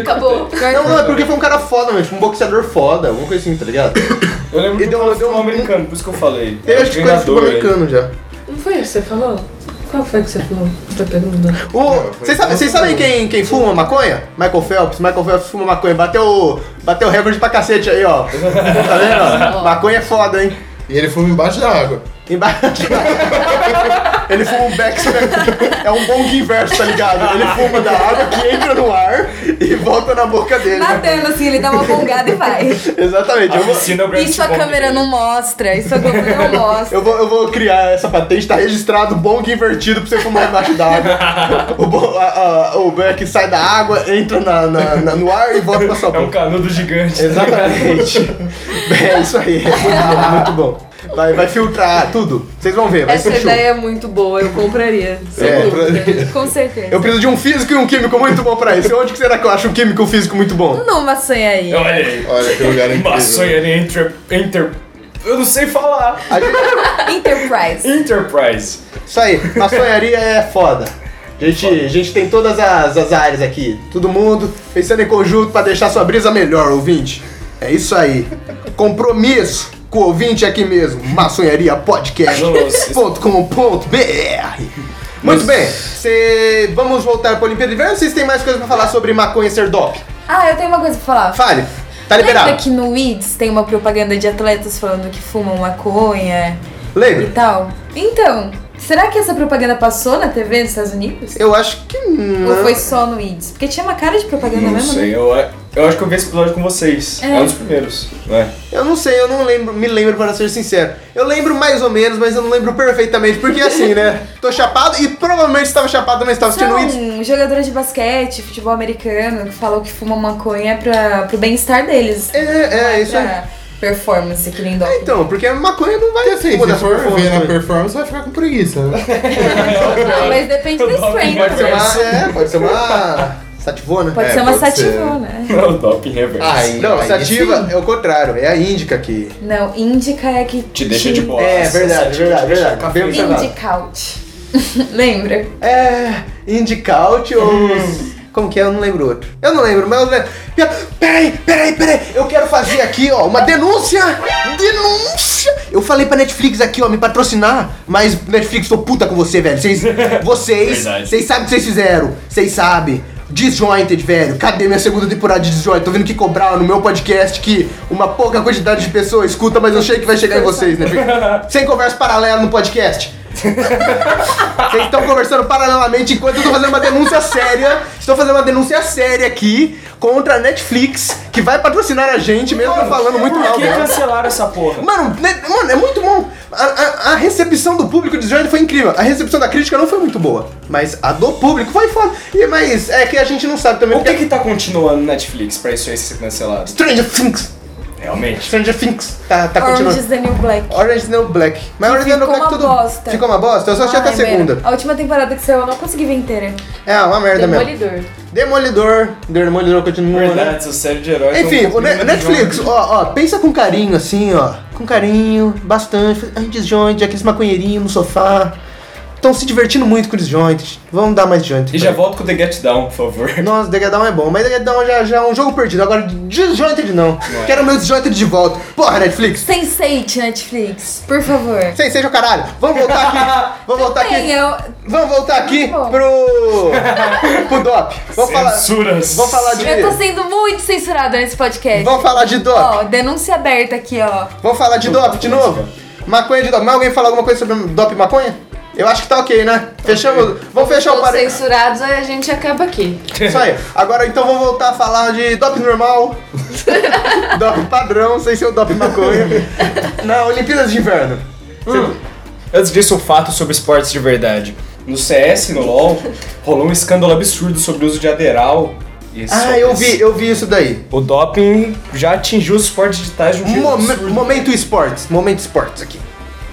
Acabou. Não, não, é porque foi um cara foda, mesmo, tipo, um boxeador foda, alguma coisa assim, tá ligado? Eu lembro E que deu- eu falei deu futebol um- americano, por isso que eu falei. Tem acho que coisa de futebol Treinador, ele- americano já. Não foi isso que você falou? Qual foi que você falou? Tá perguntando. O- Vocês sabem vocês sabem quem, quem fuma maconha? Michael Phelps. Michael Phelps fuma maconha. Bateu, bateu recorde pra cacete aí, ó. Tá vendo? ó? Maconha é foda, hein? E ele fuma embaixo da água. Embaixo da água. Ele fuma um backspack. É um bom inverso, tá ligado? Ele fuma da água que entra no ar e volta na boca dele. Nadando assim, ele dá uma bongada e vai. Exatamente. A Eu vou, piscina é o Gravity Isso a Bong câmera dele. não mostra, isso a câmera não mostra. eu, vou, eu vou criar essa patente, tá registrado bong invertido pra você fumar embaixo da água. o, bo- a- a- o Beck sai da água, entra na, na- na- no ar e volta pra sua É um boca. canudo gigante. Exatamente. é isso aí. É muito bom, muito bom. Vai, vai filtrar tudo. Vocês vão ver, vai Essa ser show. ideia é muito boa, eu compraria. Sem É, dúvida. Com é certeza. Eu preciso de um físico e um químico muito bom pra isso. Onde que será que eu acho um químico e um físico muito bom? Não maçanha aí. Olha aí. Olha que lugar Uma incrível. sonharia é inter... inter... Eu não sei falar. A gente- Enterprise. Enterprise. Isso aí, maçonharia é foda. A gente, a gente tem todas as, as áreas aqui. Todo mundo pensando em conjunto pra deixar sua brisa melhor, ouvinte. É isso aí. Compromisso com o ouvinte aqui mesmo. Maçonharia Muito bem, cê- vamos voltar pra Olimpíada de Verão. Vocês têm mais coisa pra falar sobre maconha ser dope? Ah, eu tenho uma coisa pra falar. Fale, tá Lembra liberado. que no Weeds tem uma propaganda de atletas falando que fumam maconha e Lembra? tal? Então, será que essa propaganda passou na TV nos Estados Unidos? Eu acho que não. Ou foi só no Weeds? Porque tinha uma cara de é propaganda Não mesmo, né? sei, eu, eu acho que eu vi esse episódio com vocês. É. É, um dos primeiros. né? Eu não sei, eu não lembro, me lembro para ser sincero. Eu lembro mais ou menos, mas eu não lembro perfeitamente, porque assim, né? Tô chapado e provavelmente estava chapado, mas estava assistindo Weeds. São jogadores um de basquete, futebol americano, que falou que fumam maconha pra, pro bem-estar deles. É, é, isso aí. pra performance, que nem dó. Então, porque maconha não vai E assim, mudar se for sua né? ver na performance. performance, vai ficar com preguiça, né? Não, mas depende do Não, pode strength. Pode ser né? uma, é, pode ser uma sativona. Pode É, ser uma pode ser. sativona. né? É o doping reverso. Ai. Não, aí sativa sim. é o contrário, é a índica que... Não, indica é que Te deixa de boa. É, verdade, sativa verdade, te deixa verdade. Bem café. observado. Indicaut. Lembra? É, indicaut ou... Como que é? Eu não lembro outro. Eu não lembro, mas eu lembro. Peraí, peraí, peraí. Eu quero fazer aqui, ó, uma denúncia. Denúncia. Eu falei pra Netflix aqui, ó, me patrocinar. Mas, Netflix, tô puta com você, velho. Vocês, vocês, Verdade. vocês sabem o que vocês fizeram. Vocês sabem. Disjointed, velho. Cadê minha segunda temporada de Disjointed? Tô vendo que cobraram no meu podcast que uma pouca quantidade de pessoas escuta, mas eu sei que vai chegar em vocês, né? Sem conversa paralela no podcast. Vocês estão conversando paralelamente enquanto eu tô fazendo uma denúncia séria. Estou fazendo uma denúncia séria aqui contra a Netflix, que vai patrocinar a gente, mesmo eu falando muito Por mal que dela. cancelaram essa porra? Mano, né- mano, é muito bom. A, a- a recepção do público de Jordan foi incrível. A recepção da crítica não foi muito boa. Mas a do público foi foda. E, mas é que a gente não sabe também O que porque. que tá continuando no Netflix pra isso aí ser cancelado? Stranger Things! Realmente. Stranger Things tá, tá Orange continuando. is the New Black. Orange is the New Black. Mas Orange is the New ficou Black uma tudo. bosta. Ficou uma bosta? Eu só achei até a Ai, segunda. velho, A última temporada que saiu eu não consegui ver inteira. É, uma merda mesmo. Demolidor. Demolidor. Demolidor continua, né? Verdade, essa série de heróis. Enfim, é um o Ne- filme Netflix, de ó, ó, pensa com carinho, assim, ó. Com carinho, bastante. Ai, Disjoint, aqueles maconheirinhos no sofá. Estão se divertindo muito com o Disjoint. Vamos dar mais Disjoint. E já volto com The Get Down, por favor. Nossa, The Get Down é bom, mas The Get Down já, já é um jogo perdido. Agora, Disjointed não. Quero meu Disjointed de volta. Porra, Netflix. Sense8 Netflix, por favor. Sem seja o caralho. Vamos voltar aqui. Vamos voltar Bem, aqui. eu... Vamos voltar aqui Muito bom. pro. pro DOP. Vamos falar. Censuras. Vamos falar de. eu tô sendo muito censurada nesse podcast. Vamos falar de DOP. Ó, denúncia aberta aqui, ó. Vamos falar de dope de novo? Maconha de dope. Mas alguém falar alguma coisa sobre dope e maconha? Eu acho que tá ok, né? Fechamos. Vamos fechar o Todos parênteses. censurados, aí a gente acaba aqui. Isso aí. Agora então vamos voltar a falar de dope normal. dope padrão, sem ser o dope maconha. Na Olimpíadas de Inverno. Antes disso, o fato sobre esportes de verdade. No CS, no LoL, rolou um escândalo absurdo sobre o uso de aderal. E esse- Ah, eu vi, eu vi isso daí. O doping já atingiu os esportes digitais de um jeito Mome- absurdo. momento esportes. Momento esportes aqui.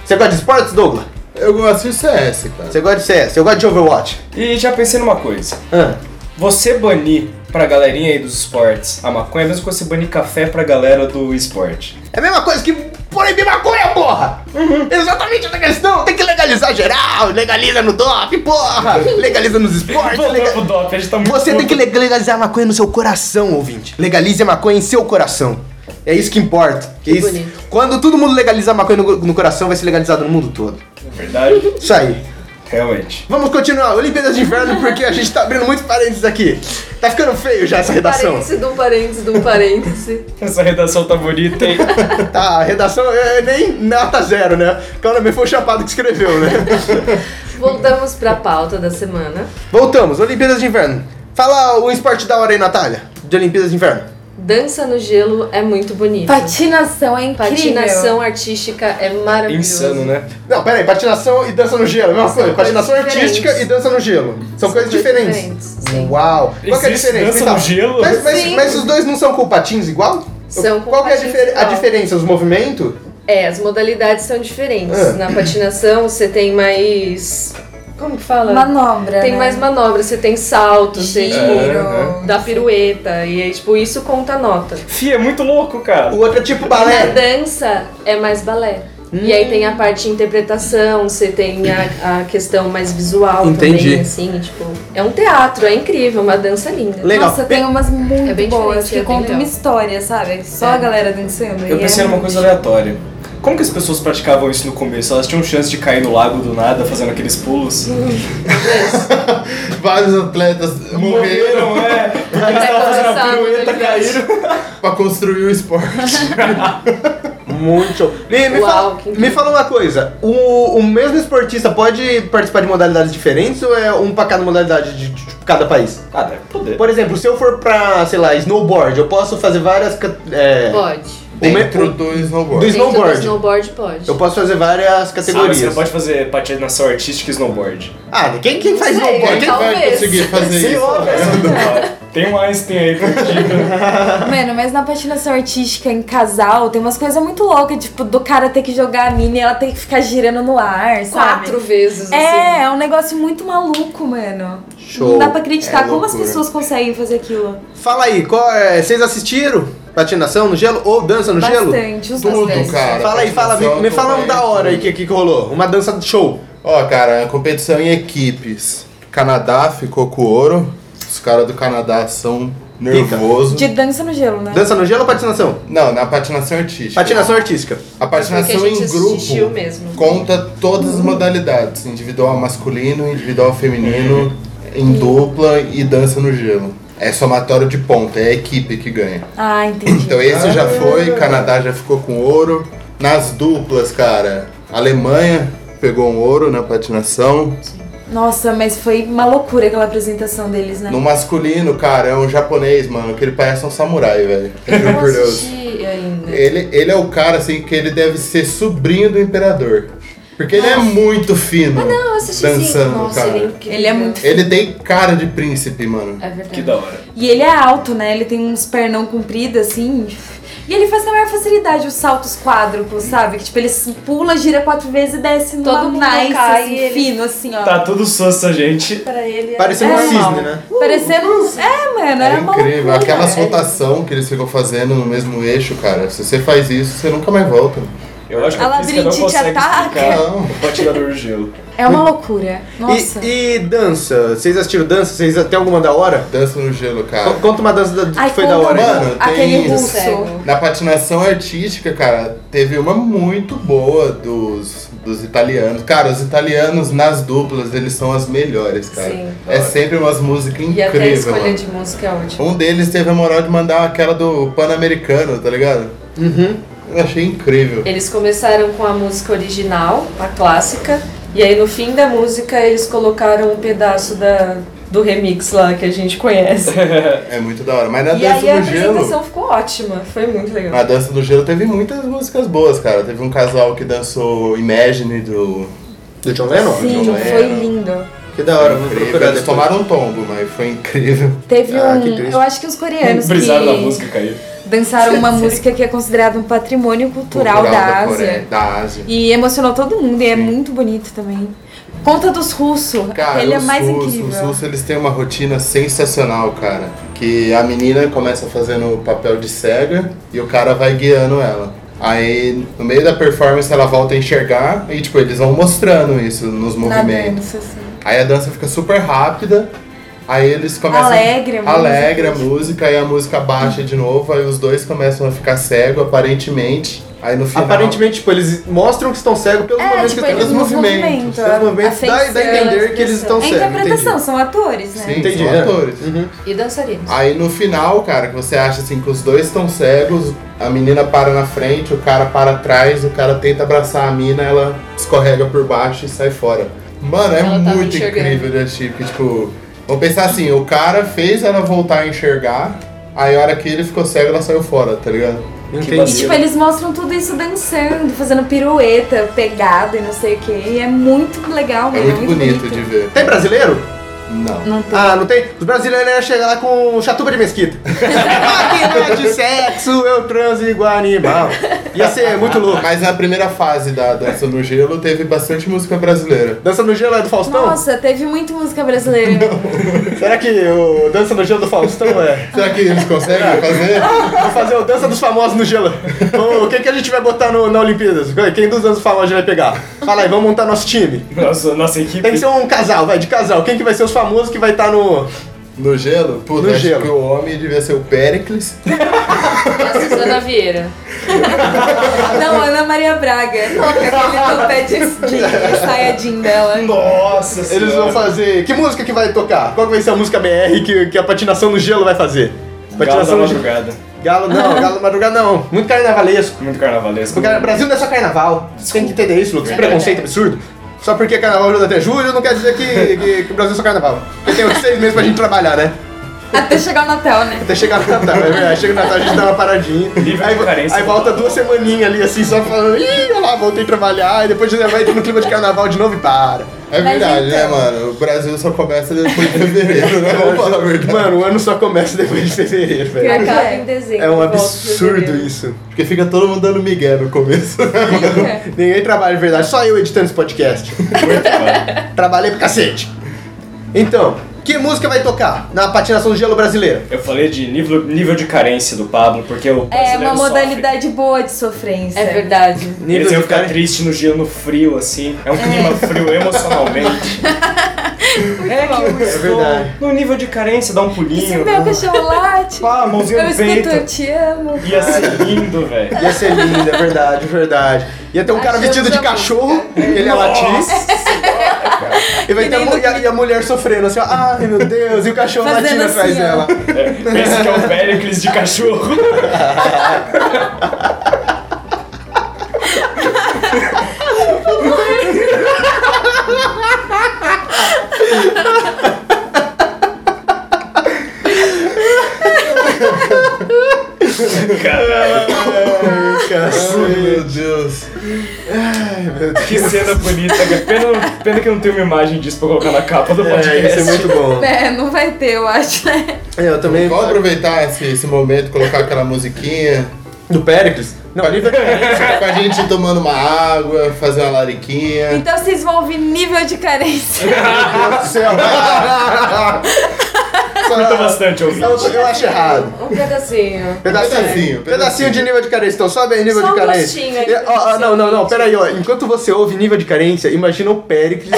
Você gosta de esportes, Douglas? Eu gosto de CS, cara. Você gosta de CS? Eu gosto de Overwatch. E já pensei numa coisa. Ah. Você banir pra galerinha aí dos esportes a maconha é mesmo que você banir café pra galera do esporte. É a mesma coisa que proibir maconha, porra! Exatamente essa questão! Tem que legalizar geral, legaliza no DOP, porra! Legaliza nos esportes, lega- pro doping, a gente tá muito Você tem puto. que le- legalizar a maconha no seu coração, ouvinte. Legalize a maconha em seu coração. É isso que importa. Que isso- bonito. Quando todo mundo legalizar a maconha no, no coração, vai ser legalizado no mundo todo. Verdade. Isso aí. Realmente. Vamos continuar, Olimpíadas de Inverno, porque a gente tá abrindo muito parênteses aqui. Tá ficando feio já essa redação. Parêntese de um parêntese de um parêntese. Essa redação tá bonita, hein? Tá, a redação é nem nota zero, né? Cara, me foi o Chapado que escreveu, né? Voltamos pra pauta da semana. Voltamos, Olimpíadas de Inverno. Fala o esporte da hora aí, Natália, de Olimpíadas de Inverno. Dança no gelo é muito bonito. Patinação é incrível. Patinação artística é maravilhoso. Insano, né? Não, pera aí, patinação e dança no gelo, é a mesma São coisa. coisas Patinação artística diferentes. e dança no gelo. São, coisas diferentes. sim. Uau! Qual que é a Existe diferença? dança no gelo? Mas, mas, Sim. mas os dois não são com patins igual? São com Qual que é a, patins difer- a igual. diferença? Os movimentos? É, as modalidades são diferentes. Ah. Na patinação você tem mais. Como que fala? Manobra. Tem né? mais manobras, você tem salto, você tipo, É, dá pirueta. E aí, tipo, isso conta nota. Fih, é muito louco, cara. O outro é tipo Na balé. dança é mais balé. E aí tem Hum. a parte de interpretação, você tem a, a questão mais visual Entendi. também, assim, tipo. É um teatro, é incrível, uma dança linda. Legal. Nossa, tem umas muito É bem boas diferente, que é bem contam legal. É. uma história, sabe? Só a galera dançando. Eu e pensei é numa muito- coisa aleatória. Como que as pessoas praticavam isso no começo? Elas tinham chance de cair no lago do nada fazendo aqueles pulos? Vários atletas morreram é. Porque eles Até estavam fazendo começar a a pirueta, modalidade. caíram. pra construir o esporte. Muito show. Me, me Uau, fala, que me fala uma coisa: o, o mesmo esportista pode participar de modalidades diferentes ou é um pra cada modalidade de, de- de cada país? Ah, deve poder. Por exemplo, se eu for pra, sei lá, snowboard, eu posso fazer várias. ca- É, Pode. O me- Dentro o- do snowboard. Do Dentro snowboard. do snowboard pode. eu posso fazer várias Ah, mas você categorias. não pode fazer patinação artística e snowboard. Ah, quem, quem faz Sei, snowboard? Quem tal- Vai É, Talvez. conseguir fazer Sei isso. lá, velho. Tem um Einstein aí pra dica. Mano, mas na patinação artística em casal tem umas coisas muito loucas, tipo, do cara ter que jogar a mina e ela ter que ficar girando no ar, sabe? Quatro vezes, É, assim. é um negócio muito maluco, mano. Show. Não dá pra acreditar É como as loucura. pessoas conseguem fazer aquilo. Fala aí, qual é- vocês assistiram patinação no gelo ou dança no gelo? Bastante, os dois. Tudo, cara. Fala aí, fala, me, me Patinação, fala um acompanha da hora aí tudo. que, que rolou. Uma dança de show. Ó, cara, competição em equipes. Canadá ficou com ouro. Os caras do Canadá são nervosos. De dança no gelo, né? Dança no gelo ou patinação? Não, na patinação artística. Patinação artística. A Porque a patinação gente em assistiu grupo mesmo. conta todas as modalidades: individual masculino, individual feminino, em dupla e dança no gelo. É somatório de ponta, é a equipe que ganha. Ah, entendi. Então esse já foi, Canadá já ficou com ouro. Nas duplas, cara, Alemanha pegou um ouro na patinação. Nossa, mas foi uma loucura aquela apresentação deles, né? No masculino, cara, é um japonês, mano, que ele parece um samurai, velho. Juro Eu por Deus. assisti ainda. Ele, ele é o cara, assim, que ele deve ser sobrinho do imperador. Porque ele é muito fino. Não, eu assisti Dançando, sim. Nossa, cara. ele é incrível. Ele é muito Ele tem cara de príncipe, mano. É verdade. Que da hora. E ele é alto, né? Ele tem uns pernão comprido, assim. E ele faz na maior facilidade os saltos quádruplos, sabe? Que tipo, ele se pula, gira quatro vezes e desce numa Todo mundo nice, cai assim, e ele- fino, assim, ó. Tá tudo sussa, gente. Pra ele é- Parecendo um é cisne, normal. né? Parecendo uns. É, mano, É era uma incrível. loucura. Aquelas É. rotação que eles ficam fazendo no mesmo eixo, cara. Se você faz isso, você nunca mais volta. Eu acho que A a física não labirintite consegue ataca. explicar Não. o patinador no gelo. É uma loucura. Nossa. E, e dança? Vocês assistiram dança? Vocês até alguma da hora? Dança no gelo, cara. Co- Conta uma dança da- Ai, que foi da hora. conta aí. Mano, aquele tem- russo. Cego. Na patinação artística, cara, teve uma muito boa dos, dos italianos. Cara, os italianos nas duplas, eles são as melhores, cara. Sim. É sempre umas músicas E até a incríveis, escolha mano. de música é ótima. Um deles teve a moral de mandar aquela do Pan-Americano, tá ligado? Uhum. Eu achei incrível. Eles começaram com a música original, a clássica, e aí no fim da música eles colocaram um pedaço da, do remix lá que a gente conhece. É muito da hora. Mas na e aí dança a do gelo. Ah. apresentação ficou ótima, foi muito legal. Na dança do gelo teve muitas músicas boas, cara. Teve um casal que dançou Imagine do. Do John Lennon? Sim, John foi Lennon. lindo. Que da hora, vou Incrível. procurar Eles depois. tomaram um tombo, mas foi incrível. Teve Ah, que um. triste. Eu acho que os coreanos Brisaram que da música caiu. dançaram uma música que é considerada um patrimônio cultural, da Ásia. Coreia, da Ásia. E emocionou todo mundo e é muito bonito também. Conta dos russos, Cara, ele é os mais russos, incrível. Os russos, eles têm uma rotina sensacional, cara. Que a menina começa fazendo o papel de cega e o cara vai guiando ela. Aí, no meio da performance, ela volta a enxergar e, tipo, eles vão mostrando isso nos na movimentos. dança, assim. Aí a dança fica super rápida. Aí eles começam... Alegre, a música. Alegre a música. Aí a música baixa de novo. Aí os dois começam a ficar cego, aparentemente. Aí no final. Aparentemente, tipo, eles mostram que estão cegos pelos É, movimentos tipo, que tem. eles pelos nos movimentos, movimentam. pelos movimentos, a dá, dá a feição, entender a que eles estão É cegos. interpretação, entendi. são atores, né? Sim, Entendi, são é. atores. Uhum. E dançarinos. Aí no final, cara, que você acha assim que os dois estão cegos, a menina para na frente, o cara para atrás, o cara tenta abraçar a mina, ela escorrega por baixo e sai fora. Mano, é Ela tava muito enxergando. incrível de assistir, porque, tipo, vou pensar assim, o cara fez ela voltar a enxergar, aí a hora que ele ficou cego, ela saiu fora, tá ligado? E vacilo. Entendi. tipo, eles mostram tudo isso dançando, fazendo pirueta, pegada e não sei o que. E é muito legal, É mano. muito bonito de ver. Tem brasileiro? Não. Não tem. Ah, não tem? Os brasileiros iam chegar lá com chatuba de mesquita. Máquina de sexo, eu transo igual animal. Ia ser muito louco. Mas na primeira fase da Dança no Gelo teve bastante música brasileira. Dança no Gelo é do Faustão? Nossa, teve muita música brasileira. Será que o Dança no Gelo do Faustão é? Será que eles conseguem fazer? Vamos fazer o Dança dos Famosos no Gelo. O que, que a gente vai botar no, na Olimpíadas? Quem dos Danças Famosos vai pegar? Fala aí, vamos montar nosso time. Nossa, nossa equipe. Tem que ser um casal, vai, de casal. Quem que vai ser os famosos que vai estar no... No gelo? Puta, No acho gelo. que o homem devia ser o Péricles. E a Suzana Vieira. não, Ana Maria Braga. Nossa, aquele topé um de, de saia jean dela. Nossa Eles vão fazer... Que música que vai tocar? Qual que vai ser a música BR que, que a patinação no gelo vai fazer? Galo da no gelo. madrugada. Galo não, galo da madrugada não. Muito carnavalesco. Muito carnavalesco. Porque o Brasil não é só carnaval. Você tem que entender isso, Lucas. Preconceito absurdo. Só porque carnaval ajuda até julho não quer dizer que, que- que o Brasil é só carnaval. Porque tem uns seis meses pra gente trabalhar, né? Até chegar o Natal, né? Até chegar no Natal, é verdade. Chega no Natal a gente dá uma paradinha. Livre de Aí, vo- carência. aí volta duas semaninhas ali, assim, só falando, ih, olha lá, voltei a trabalhar. E depois já vai no um clima de carnaval de novo e para. É Mas verdade, né, então. mano? O Brasil só começa depois de fevereiro, né? Vamos falar a verdade. Mano, o ano só começa depois de fevereiro, Que velho. acaba em dezembro. É um volta em absurdo fevereiro. isso. É Porque fica todo mundo dando migué no começo. Fica. Ninguém trabalha de verdade, só eu editando esse podcast. Muito bom. Trabalhei pra cacete. Então, que música vai tocar na patinação do gelo brasileira? Eu falei de nível, nível de carência do Pablo, porque o É uma brasileiro sofre. modalidade boa de sofrência. É verdade. Eles iam ficar cara- triste no gelo, no frio, assim. É um clima frio emocionalmente. é que eu estou verdade. no nível de carência, dá um Esse pulinho. é meu cachorro late. Pá, mãozinha Eu no escuto, eu peito. te amo. Ia ser lindo, velho. Ia ser lindo, é verdade, é verdade. Ia ter um cara Achamos vestido de a cachorro, ele é latim. E vai Que ter a, nem mu- no e a- e a mulher sofrendo assim, ó, ai meu Deus, e o cachorro Fazendo latindo assim, atrás ó. dela. É, Pensa que é o Péricles de cachorro. Caralho, Ai, cacete. meu Deus. que cena bonita. cara. Pena, pena que eu não tenho uma imagem disso pra colocar na capa do É, ia podcast. ser muito bom. É, não vai ter, eu acho, né? É, Eu também. Vamos aproveitar esse, esse momento, colocar aquela musiquinha. Do Péricles? Não, nível de carência. Com a gente tomando uma água, fazer uma lariquinha. Então vocês vão ouvir nível de carência. É. Meu Deus do céu. Escuta bastante ouvinte. Eu, eu acho errado. Um pedacinho. Pedacinho, Pedacinho, pedacinho, pedacinho. de nível de carência. Então sobe aí nível Só de um carência. gostinho aí E, ó, ó, do não, não, não, seu pera aí, ó. Enquanto você ouve nível de carência, imagina o Péricles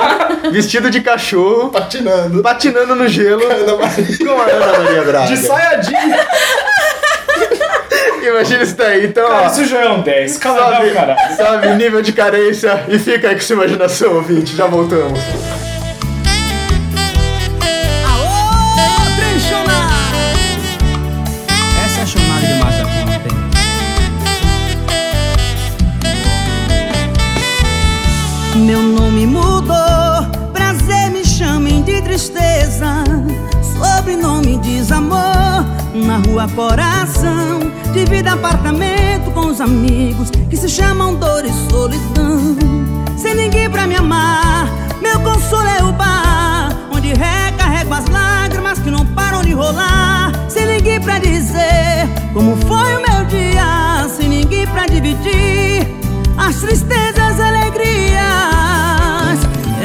vestido de cachorro, Patinando. patinando no gelo com a Ana Maria Braga. De saia jeans. Imagina isso daí, então, Cara, ó. isso já é um 10. Cala Sobe, não, cara. sobe o nível de carência e fica aí com sua imaginação, ouvinte. Já voltamos. Aô, Trenchonada! Essa é a chamada de massa Pompe. Meu nome mudou, prazer me chamem de tristeza. Sobrenome desamor, na rua coração. Divido apartamento com os amigos que se chamam dor e solidão. Sem ninguém pra me amar, meu consolo é o bar, onde recarrego as lágrimas que não param de rolar. Sem ninguém pra dizer como foi o meu dia, sem ninguém pra dividir as tristezas, alegrias.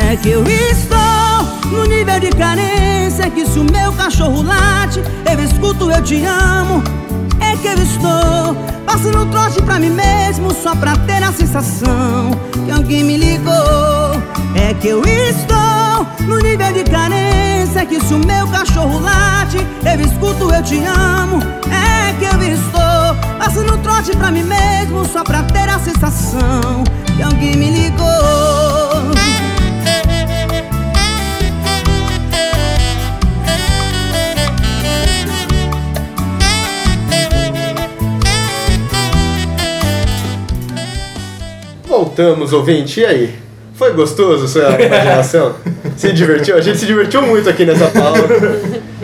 É que eu estou no nível de carência é que se o meu cachorro late, eu escuto, eu te amo. É que eu estou passando um trote pra mim mesmo só pra ter a sensação que alguém me ligou. É que eu estou no nível de carência que se o meu cachorro late, eu escuto, eu te amo. É que eu estou Passo no trote pra mim mesmo Só pra ter a sensação Que alguém me ligou Voltamos, ouvinte, e aí? Foi gostoso a sua imaginação? se divertiu? A gente se divertiu muito aqui nessa pauta.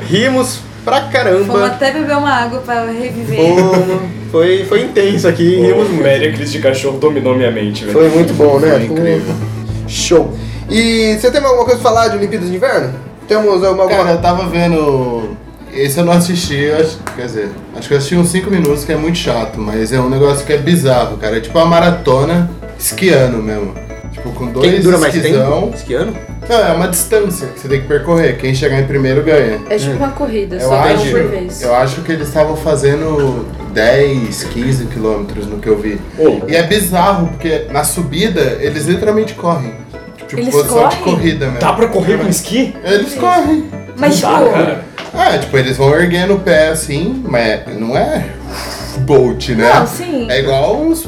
Rimos pra Vamos caramba. até beber uma água pra reviver. Pô, Foi, foi intenso aqui, rimos O muito. Méricles de cachorro dominou minha mente, velho. Foi muito bom, né? Foi incrível. Show. E você tem alguma coisa pra falar de Olimpíadas de Inverno? Temos alguma Cara, eu tava vendo. Esse eu não assisti, eu acho- quer dizer, acho que eu assisti uns 5 minutos, que é muito chato, mas é um negócio que é bizarro, cara. É tipo uma maratona esquiando mesmo. Tipo, com dois Quem dura mais esquizão. tempo? Esquiando? Não, é uma distância que você tem que percorrer. Quem chegar em primeiro ganha. É tipo uma corrida, Eu só ganha um acho, por vez. eu acho que eles estavam fazendo 10, 15 quilômetros no que eu vi. Ô. E é bizarro, porque na subida eles literalmente correm. Tipo, Eles posição de correm? corrida mesmo. Tá. Dá pra correr com esqui? Eles correm. Mas, tá. Dá, tipo, cara. É, tipo, eles vão erguendo o pé assim, mas não é bolt, né? Não, sim. É igual uns.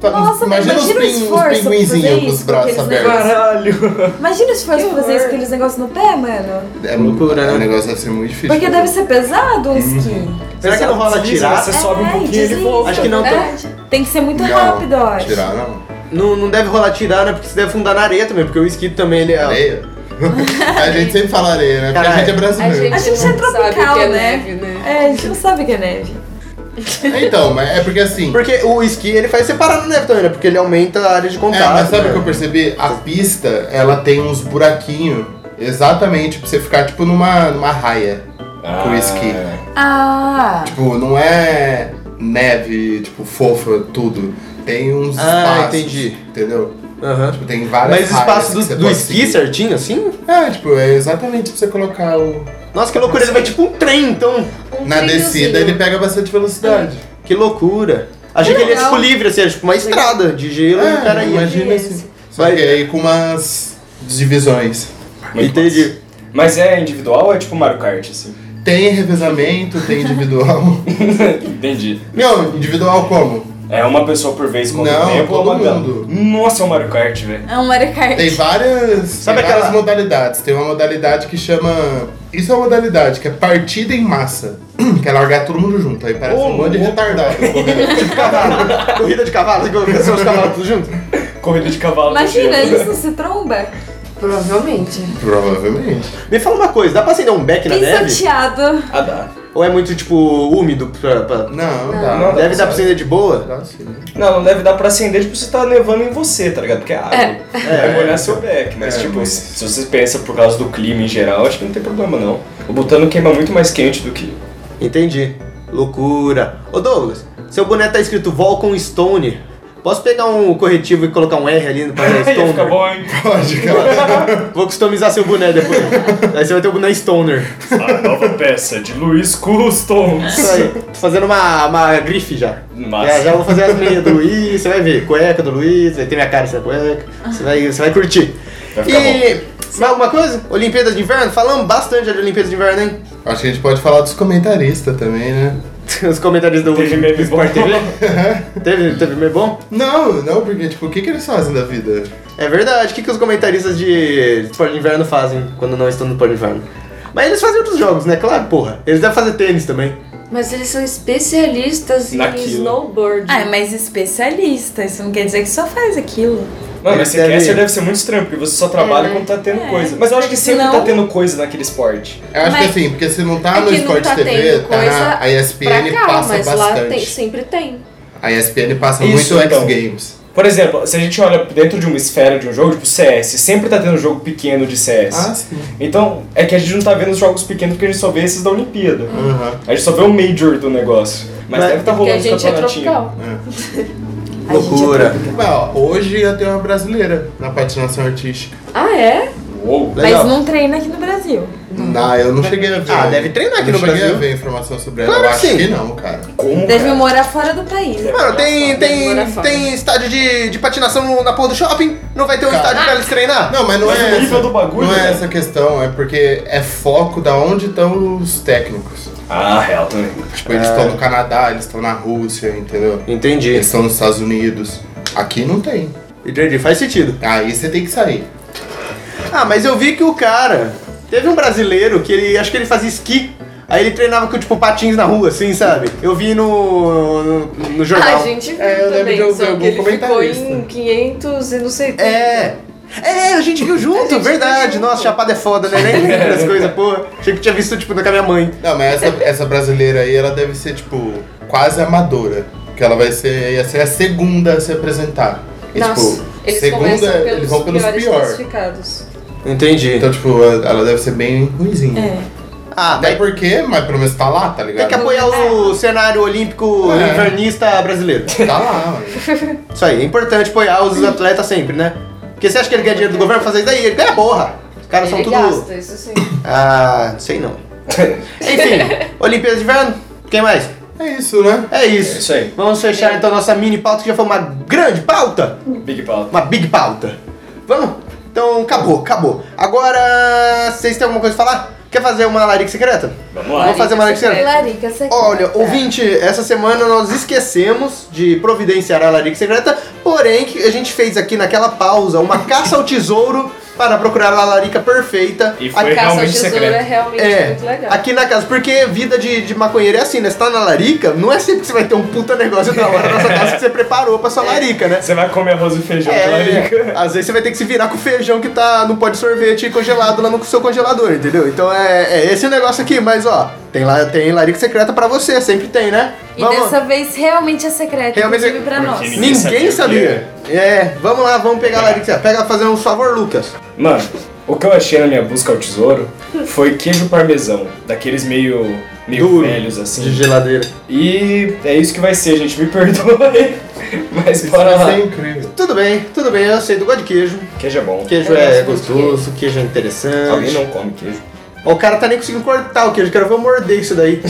Nossa, mas imagina o pin- esforço pra fazer pinguinzinhos com os isso, braços aqueles abertos. negócios. Caralho. imagina se fosse Que fazer horror. isso, aqueles negócios no pé, mano. É Loucura, né? O negócio deve ser muito difícil. Porque deve ser pesado um esqui. Será que não rola Desliza, tirar? Você sobe um É, pouquinho e ele desliza. volta. Acho que não, É, Tem que ser muito rápido, eu não, acho. Tirar não. Não, não deve rolar tirar, né? Porque você deve fundar na areia também, porque o esqui também ele é. Areia? a gente sempre fala areia, né? Porque a Caralho. gente é A brasileiro. gente, A gente é não sabe o tropical, que é né? neve, né? É, a gente não sabe o que é neve. Então, mas é porque assim. Porque o esqui ele faz separar na neve também, né? Porque ele aumenta a área de É, contato. mas sabe né? o que eu percebi? A pista, ela tem uns buraquinhos. Exatamente pra você ficar, tipo, numa, numa raia com o esqui. Ah. Ah, Tipo, não é neve, tipo, fofa, tudo. Tem uns Ah, espaços. entendi. Entendeu? Aham. Tipo, tem várias Mas o raias espaço que você do, do pode esqui seguir. certinho, assim? É, tipo, é exatamente pra você colocar o. Nossa, que loucura, ele vai tipo um trem, então. Um Na trilhozinho. descida ele pega bastante velocidade. Que loucura. Achei que É, ele ia tipo livre, assim, era tipo uma estrada de gelo e Ah, o cara ia. É, imagina esse. assim. Só Vai- que aí com umas divisões. Muito Entendi. massa. Mas é individual ou é tipo Mario Kart, assim? Tem revezamento, tem individual. Entendi. Não, individual como? É uma pessoa por vez com o Não, tempo ou todo uma gama? mundo. Nossa, é um Mario Kart, velho. é um Mario Kart. Tem várias, Sabe tem várias aquela- modalidades. Tem uma modalidade que chama. Isso é uma modalidade, que é partida em massa. Que é largar todo mundo junto. Aí parece Ô, um monte de louco. retardado. correndo. Cavalo. Corrida de cavalo, assim, que são os cavalos tudo junto. Corrida de cavalo. Imagina, gelo. eles não se tromba. Provavelmente. Provavelmente. Me fala uma coisa, dá pra acender um beck na neve? Pisoteado. Ah, dá. Ou é muito, tipo, úmido? Pra, pra- Não, Não, dá. Deve dar pra acender de boa? Dá sim. Não, não deve dar pra acender, tipo, você tá nevando em você, tá ligado? Porque é água. Vai molhar seu beck, mas, É, tipo, mas- se você pensa por causa do clima em geral, acho que não tem problema, não. O butano queima muito mais quente do que... Entendi. Loucura. Ô Douglas, seu boné tá escrito Volcom Stone. Posso pegar um corretivo e colocar um R ali É, pra fazer Ia Stoner? ficar bom, hein? Pode, cara. Vou customizar seu boné depois. Aí você vai ter o boné Stoner. A nova peça de Luiz Customs. Isso aí. Tô fazendo uma, uma grife já. Massa. É, já vou fazer as meias do Luiz, você vai ver. Cueca do Luiz, vai ter minha cara essa cueca. Você vai, você vai curtir. Vai ficar e. Mais alguma coisa? Olimpíadas de Inverno? Falamos bastante já de Olimpíadas de Inverno, hein? Acho que a gente pode falar dos comentaristas também, né? Os comentários do Teve meme do Sport bom. TV. teve, teve meme bom? Não, não, porque, tipo, o que, que eles fazem da vida? É verdade. O que, que os comentaristas de Sport de Inverno fazem quando não estão no Sport de Inverno? Mas eles fazem outros jogos, né? Claro, porra. Eles devem fazer tênis também. Mas eles são especialistas Naquilo. em snowboard. Ah, mas especialista, isso não quer dizer que só faz aquilo. Mano, Eles mas devem- caster deve ser muito estranho, porque você só trabalha É. quando tá tendo É. coisa. Mas eu acho que sempre Não. tá tendo coisa naquele esporte. Eu acho Mas- que assim, porque se não tá é no que não Sport tá TV, tendo tá coisa na, a ESPN pra cá, passa mas bastante. lá tem, sempre tem. A ESPN passa Isso, muito então. X Games. Por exemplo, se a gente olha dentro de uma esfera de um jogo, tipo CS, sempre tá tendo jogo pequeno de CS. Ah, sim. Então, é que a gente não tá vendo os jogos pequenos porque a gente só vê esses da Olimpíada. Aham. A gente só vê o Major do negócio. Mas, Mas- deve tá Porque rolando a os gente é tropical. A Loucura. gente é Mas, ó, hoje ia ter uma brasileira na patinação artística. Ah, é? Uou. Mas Legal. não treina aqui no Brasil. Não, eu não cheguei a ver. Ah, deve treinar aqui Eu no não cheguei Brasil. a ver informação sobre ela. Claro eu que acho sim. que não, cara. Como, Deve cara? morar fora do país. Mano, tem, Bora tem, fora. tem estádio de, de patinação no- na porra do shopping? Não vai ter um Cara. estádio pra eles treinar? Não, mas não Mas é o nível essa, do bagulho, não é né? um- essa questão, é porque é foco da onde estão os técnicos. Ah, real também. Tipo, eles estão no Canadá, eles estão na Rússia, entendeu? Entendi. Eles estão nos Estados Unidos. Aqui não tem. Entendi, faz sentido. Aí você tem que sair. Ah, mas eu vi que o cara. Teve um brasileiro que ele. Acho que ele fazia esqui. Aí ele treinava com, tipo, patins na rua, assim, sabe? Eu vi no. no, no A jornal. gente viu É, eu lembro também, de ouvir só algum que ele ficou em comentarista. 500 e não sei quanto. É. É, a gente viu junto, viu verdade. junto. Nossa, Chapada é foda, né? Nem lembro das coisas, porra. Achei que tinha visto, tipo, na com a minha mãe. Não, mas essa, essa brasileira aí, ela deve ser, tipo, quase amadora. Que ela vai ser, ia ser a segunda a se apresentar. E, Nossa, tipo, eles segunda, começam pelos eles vão pelos piores pior. classificados. Entendi. Então, tipo, ela deve ser bem ruimzinha. Ah, Até mas porque, mas pelo menos tá lá, tá tem ligado? que apoiar o cenário olímpico É. invernista brasileiro. Tá lá, mano. Isso aí, é importante apoiar os atletas sempre, né? Porque você acha que ele ganha dinheiro do governo pra fazer isso daí? Ele ganha porra. Os caras são Ele tudo. gasta, isso sim. Ah, sei não. Enfim, Olimpíadas de Inverno, quem mais? É isso, né? É isso. É isso aí. Vamos fechar então nossa mini pauta, que já foi uma grande pauta. Big Paulo. Uma big pauta. Vamos? Então, acabou, acabou. Agora, vocês têm alguma coisa pra falar? Quer fazer uma larica secreta? Vamos lá. Vamos fazer uma é larica secreta? Larica, você Olha, ouvinte, essa semana nós esquecemos de providenciar a larica secreta, porém que a gente fez aqui naquela pausa uma caça ao tesouro para procurar a larica perfeita. E A- Foi Caça ao realmente tesouro secreto. é realmente é, muito legal. aqui na casa, porque vida de, de maconheiro é assim, né? Você tá na larica, não é sempre que você vai ter um puta negócio na hora da sua casa que você preparou pra É. sua larica, né? Você vai comer arroz e feijão de larica. É, às vezes você vai ter que se virar com o feijão que tá no pó de sorvete congelado lá no seu congelador, entendeu? Então é, é esse o negócio aqui, mas ó, tem, lá, tem larica secreta pra você, sempre tem, né? E dessa vez realmente é secreto, Realmente é- inclusive pra nós. Porque Ninguém, Ninguém sabia. sabia É, vamos lá, vamos pegar a larica secreta. Pega, fazer um favor, Lucas. Mano, o que eu achei na minha busca ao tesouro foi queijo parmesão, daqueles meio, meio Duro. velhos assim. De geladeira. E é isso que vai ser, gente. Me perdoe. Mas bora lá. Isso é incrível. Tudo bem, tudo bem, eu aceito. Eu gosto de queijo. Queijo é bom. Queijo Eu é gosto de gostoso, queijo é Alguém interessante. não come queijo. Ó, O cara tá nem conseguindo cortar o queijo, quero ver eu morder isso daí.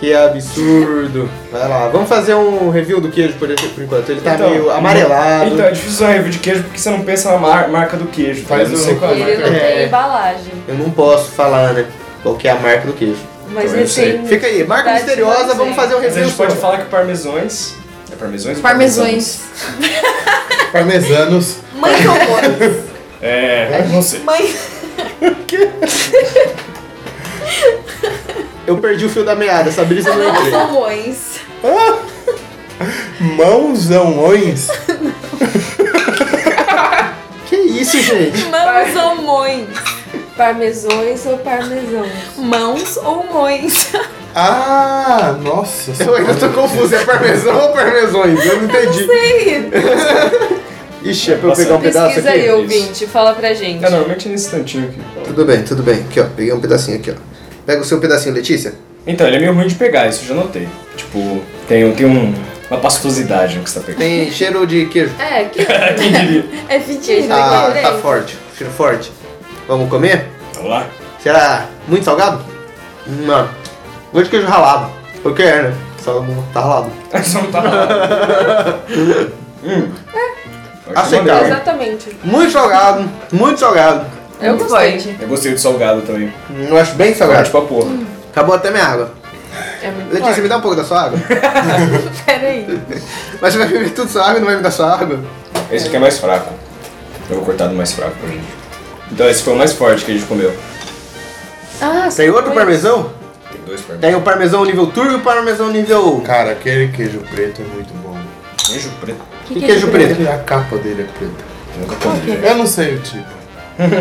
que absurdo. Vai lá, vamos fazer um review do queijo por, por enquanto. Ele tá meio amarelado. Então, é difícil usar review de queijo porque você não pensa na mar- marca do queijo. tá? Faz Eu não o- sei qual é a E ele marca. não É. tem embalagem. Eu não posso falar, né? Qual que é a marca do queijo. Mas Eu ele sei. tem. Fica aí, marca Verdade, misteriosa, mas vamos é. fazer um Hum. Mas a review. gente pode só. falar que parmesões. É parmesões? ou Parmesões. Parmesanos. Mãe tomou. É, não sei. Mãe. Eu perdi o fio da meada, essa brisa não Não entrei. são mães. Mãozãoões. Que isso, gente? Mãos ou mães? Parmesões ou parmesão? Mãos ou mães? Ah, nossa. Eu ainda tô confuso, é parmesão ou parmesões? Eu não entendi. Ixi, é pra eu pegar um pedaço Pesquisa aí, aqui? ouvinte, fala pra gente. É, normalmente é nesse instantinho aqui. Tudo bem, tudo bem. Aqui, ó, peguei um pedacinho aqui, ó. Pega o seu pedacinho, Letícia. Então, ele é meio ruim de pegar, isso eu já notei. Tipo, tem, tem um, uma pastosidade no que você tá pegando. Tem cheiro de queijo. É, que Quem diria? É fedida. Ah, queijo, tá né? forte. Cheiro forte. Vamos comer? Vamos lá. Será muito salgado? Não. Gosto de queijo ralado. O que é, né? Só não tá ralado. Só não tá lá. hum. Pode Aceitável. mandar. exatamente. Muito salgado, muito salgado. Eu Muito gostei. forte. Eu gostei do salgado também. Eu acho bem Salgado salgado. pra porra. Acabou até minha água. É muito Letícia, forte. me dá um pouco da sua água. né? Peraí. Mas você vai beber tudo sua água e não vai me dar sua água? Esse aqui é mais fraco. Eu vou cortar do mais fraco pra gente. Então esse foi o mais forte que a gente comeu. Ah, Tem outro parmesão. parmesão? Tem dois pra mim. Tem o parmesão nível turbo e o parmesão nível. Cara, aquele queijo preto é muito bom. Queijo preto. Que queijo preto? Ele- a capa dele é preta. Eu nunca comi. velho. Eu não sei o tipo.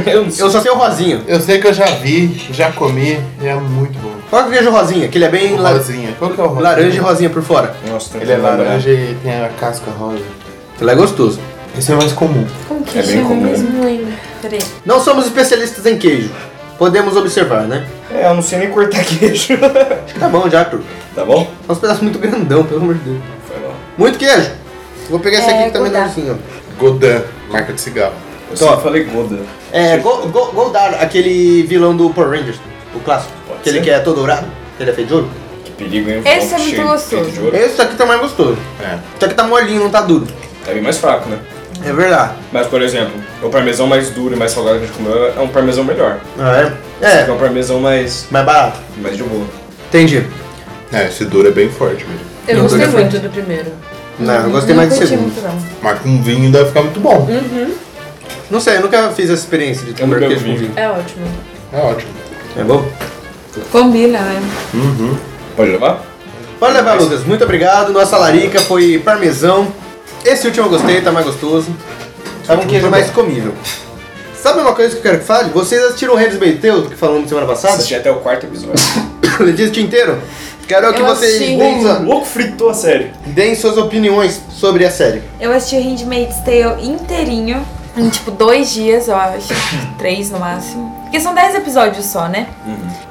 Eu não sei. Eu só sei o rosinho. Eu sei que eu já vi, já comi e é muito bom. Qual que é o queijo rosinha? Que ele é bem la- Rosinha. Qual que é o rosinha? laranja e rosinha por fora. Nossa, tem Ele é laranja e tem a casca rosa. Ele é gostoso. Esse é mais comum. Como que É bem chama comum. mesmo? Não lembro. Peraí. Não somos especialistas em queijo. Podemos observar, né? É, eu não sei nem cortar queijo. Acho que tá bom já, Arthur. tá bom? É uns pedaços muito grandão, pelo amor de Deus. Foi bom. Muito queijo. Vou pegar esse É, aqui que tá Godard. menorzinho, ó. Godin, marca de cigarro. Eu só falei goda. É, Go- Go- Goldar, aquele vilão do Power Rangers, o clássico. Pode aquele ser. que é todo dourado, que ele é feito de ouro. Que perigo, hein? Esse Pão é muito cheio de gostoso. peito de ouro. Esse aqui tá mais gostoso. É. Esse aqui tá molinho, não tá duro. Tá bem mais fraco, né? É verdade. Mas, por exemplo, o parmesão mais duro e mais salgado que a gente comeu é um parmesão melhor. Ah, é? Esse aqui É, é um parmesão mais, mais barato. mais de boa. Entendi. É, esse duro é bem forte mesmo. Eu Não, gostei dois é muito do primeiro. Não, eu gostei mais do curti segundo. muito, não. Mas com um vinho deve ficar muito bom. Não sei, eu nunca fiz essa experiência de Eu nunca queijo vi. com vinho. É ótimo. É ótimo. É bom? Combina, né? Pode levar? Pode levar, Lucas. Muito obrigado. Nossa larica foi parmesão. Esse último eu gostei, tá mais gostoso. Tá um queijo mais comível. Sabe uma coisa que eu quero que fale? Vocês assistiram o Redes Beiteu que falamos semana passada? Assisti até o quarto episódio. Ele disse o dia inteiro. Quero que Eu vocês assisti. deem, sua- louco fritou a série. deem suas opiniões sobre a série. Eu assisti o Handmaid's Tale inteirinho, em tipo dois dias, eu acho. três no máximo. Porque são dez episódios só, né?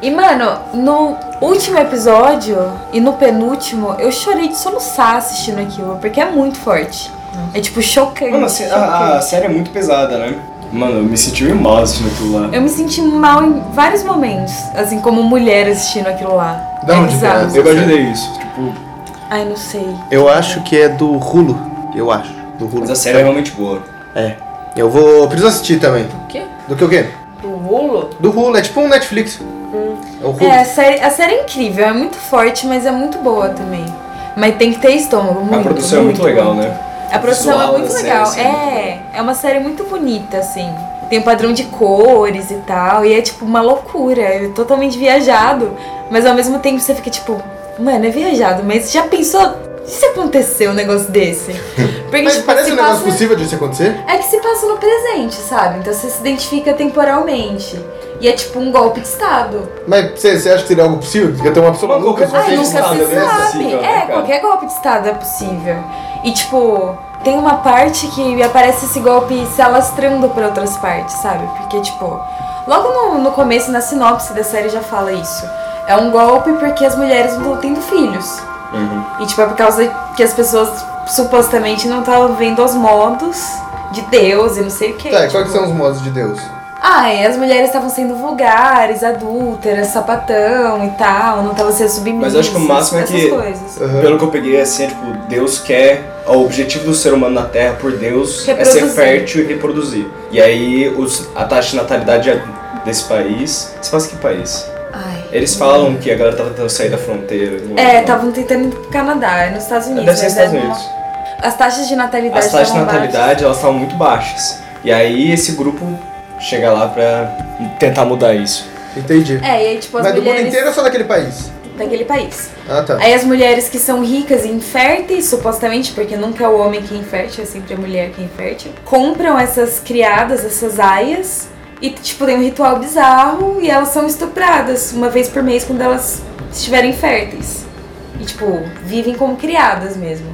E mano, no último episódio e no penúltimo, eu chorei de soluçar assistindo aquilo, porque é muito forte. É tipo chocante. Mano, a, sé- ah. a- a série é muito pesada, né? Mano, eu me senti meio mal assistindo aquilo lá. Eu me senti mal em vários momentos, assim, como mulher assistindo aquilo lá. Da é onde bizarro. veio Eu imaginei isso. Tipo, Ai, não sei. Eu acho que é do Rulo. Eu acho. Do Rulo. mas a série é realmente boa. É. Eu vou. Preciso assistir também. O quê? Do que o quê? O Rulo? Do Rulo. É tipo um Netflix. É o Rulo. É, a série, a série é incrível, é muito forte, mas é muito boa também. Mas tem que ter estômago, muito. a produção é muito legal, né? A produção visual é muito da série, legal. assim, é, é uma série muito bonita, assim. Tem um padrão de cores e tal, e é tipo uma loucura, é totalmente viajado. Mas ao mesmo tempo você fica tipo, mano, é viajado, mas já pensou se aconteceu um negócio desse? Porque Mas tipo, parece se um negócio passa- possível disso acontecer? é que se passa no presente, sabe? Então você se identifica temporalmente. E é tipo um golpe de Estado. Mas você, você acha que seria algo possível? Porque tem uma pessoa Mas maluca qualquer que Ai, golpe nunca de fez se isso. Estado é bem sabe. acessível, né, é, cara? qualquer golpe de Estado é possível. E tipo, tem uma parte que aparece esse golpe se alastrando por outras partes, sabe? Porque, tipo, logo no, no começo, na sinopse da série já fala isso. É um golpe porque as mulheres não estão tendo filhos. Uhum. E tipo, é por causa que as pessoas supostamente não estavam vendo os modos de Deus e não sei o que. Tá, e quais que são os modos de Deus? Ah, é, as mulheres estavam sendo vulgares, adúlteras, sapatão e tal, não estavam sendo submissas. Mas eu acho que o máximo é essas que- coisas. Pelo que eu peguei, assim, é tipo, Deus quer. O objetivo do ser humano na Terra, por Deus, é ser Reproduzir. fértil e reproduzir. E aí, os, a taxa de natalidade é desse país. Você faz que país? Ai. Eles falam que a galera tava tentando sair da fronteira. não É, não. estavam tentando ir pro Canadá, é nos Estados Unidos. Deve ser mas nos Estados é no- Unidos. As taxas de natalidade As taxas de estavam baixas. natalidade, elas estavam muito baixas. E aí, esse grupo chega lá pra tentar mudar isso. Entendi. É, e aí, tipo, as Mas do mundo mulheres inteiro ou só daquele país? daquele país. Ah, tá. Aí as mulheres que são ricas e inférteis, supostamente, porque nunca é o homem que é infértil, é sempre a mulher que é infértil, compram essas criadas, essas aias, e tipo, tem um ritual bizarro e elas são estupradas uma vez por mês quando elas estiverem férteis. E tipo, vivem como criadas mesmo.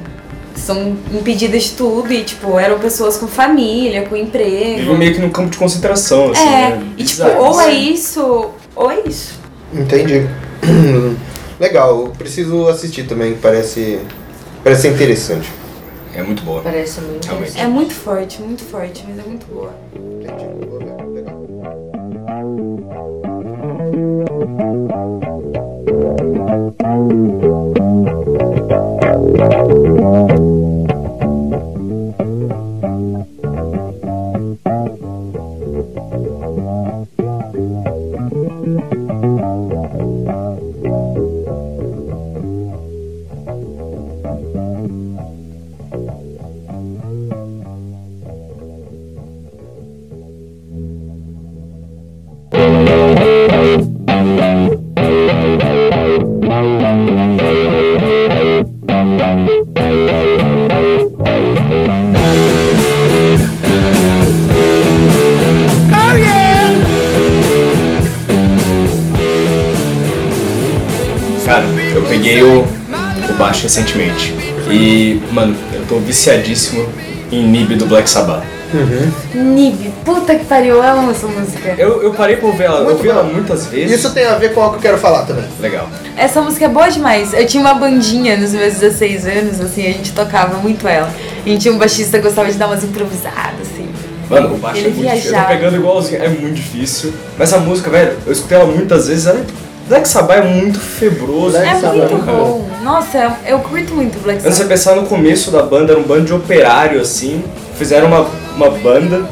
São impedidas de tudo e, tipo, eram pessoas com família, com Vive emprego. meio que num campo de concentração, assim. é, né? e tipo, Bizarro, ou é assim. isso, ou é isso. Entendi. Legal, eu preciso assistir também, parece. Parece ser interessante. É muito boa. Parece muito. Realmente. É muito forte, muito forte, mas é muito boa. Cara, eu peguei o, o baixo recentemente. E, mano, eu tô viciadíssimo em Nib do Black Sabbath. Nib, puta que pariu, eu amo essa música. Eu, eu parei pra ouvir ela, Muito ouvi ela bom. muitas vezes. Isso tem a ver com algo que eu quero falar também. Legal. Essa música é boa demais. Eu tinha uma bandinha nos meus 16 anos, assim, a gente tocava muito ela. A gente tinha um baixista que gostava de dar umas improvisadas, assim. Mano, o baixo Ele é muito difícil. Eu tô viajava. pegando igualzinho, é muito difícil. Mas a música, velho, eu escutei ela muitas vezes. Ela, Black Sabbath é muito febroso. Black É Sabbath, muito cara. bom. Nossa, eu curto muito Black Antes de Sabbath. pensar no começo da banda, era um bando de operário assim. Fizeram uma, uma banda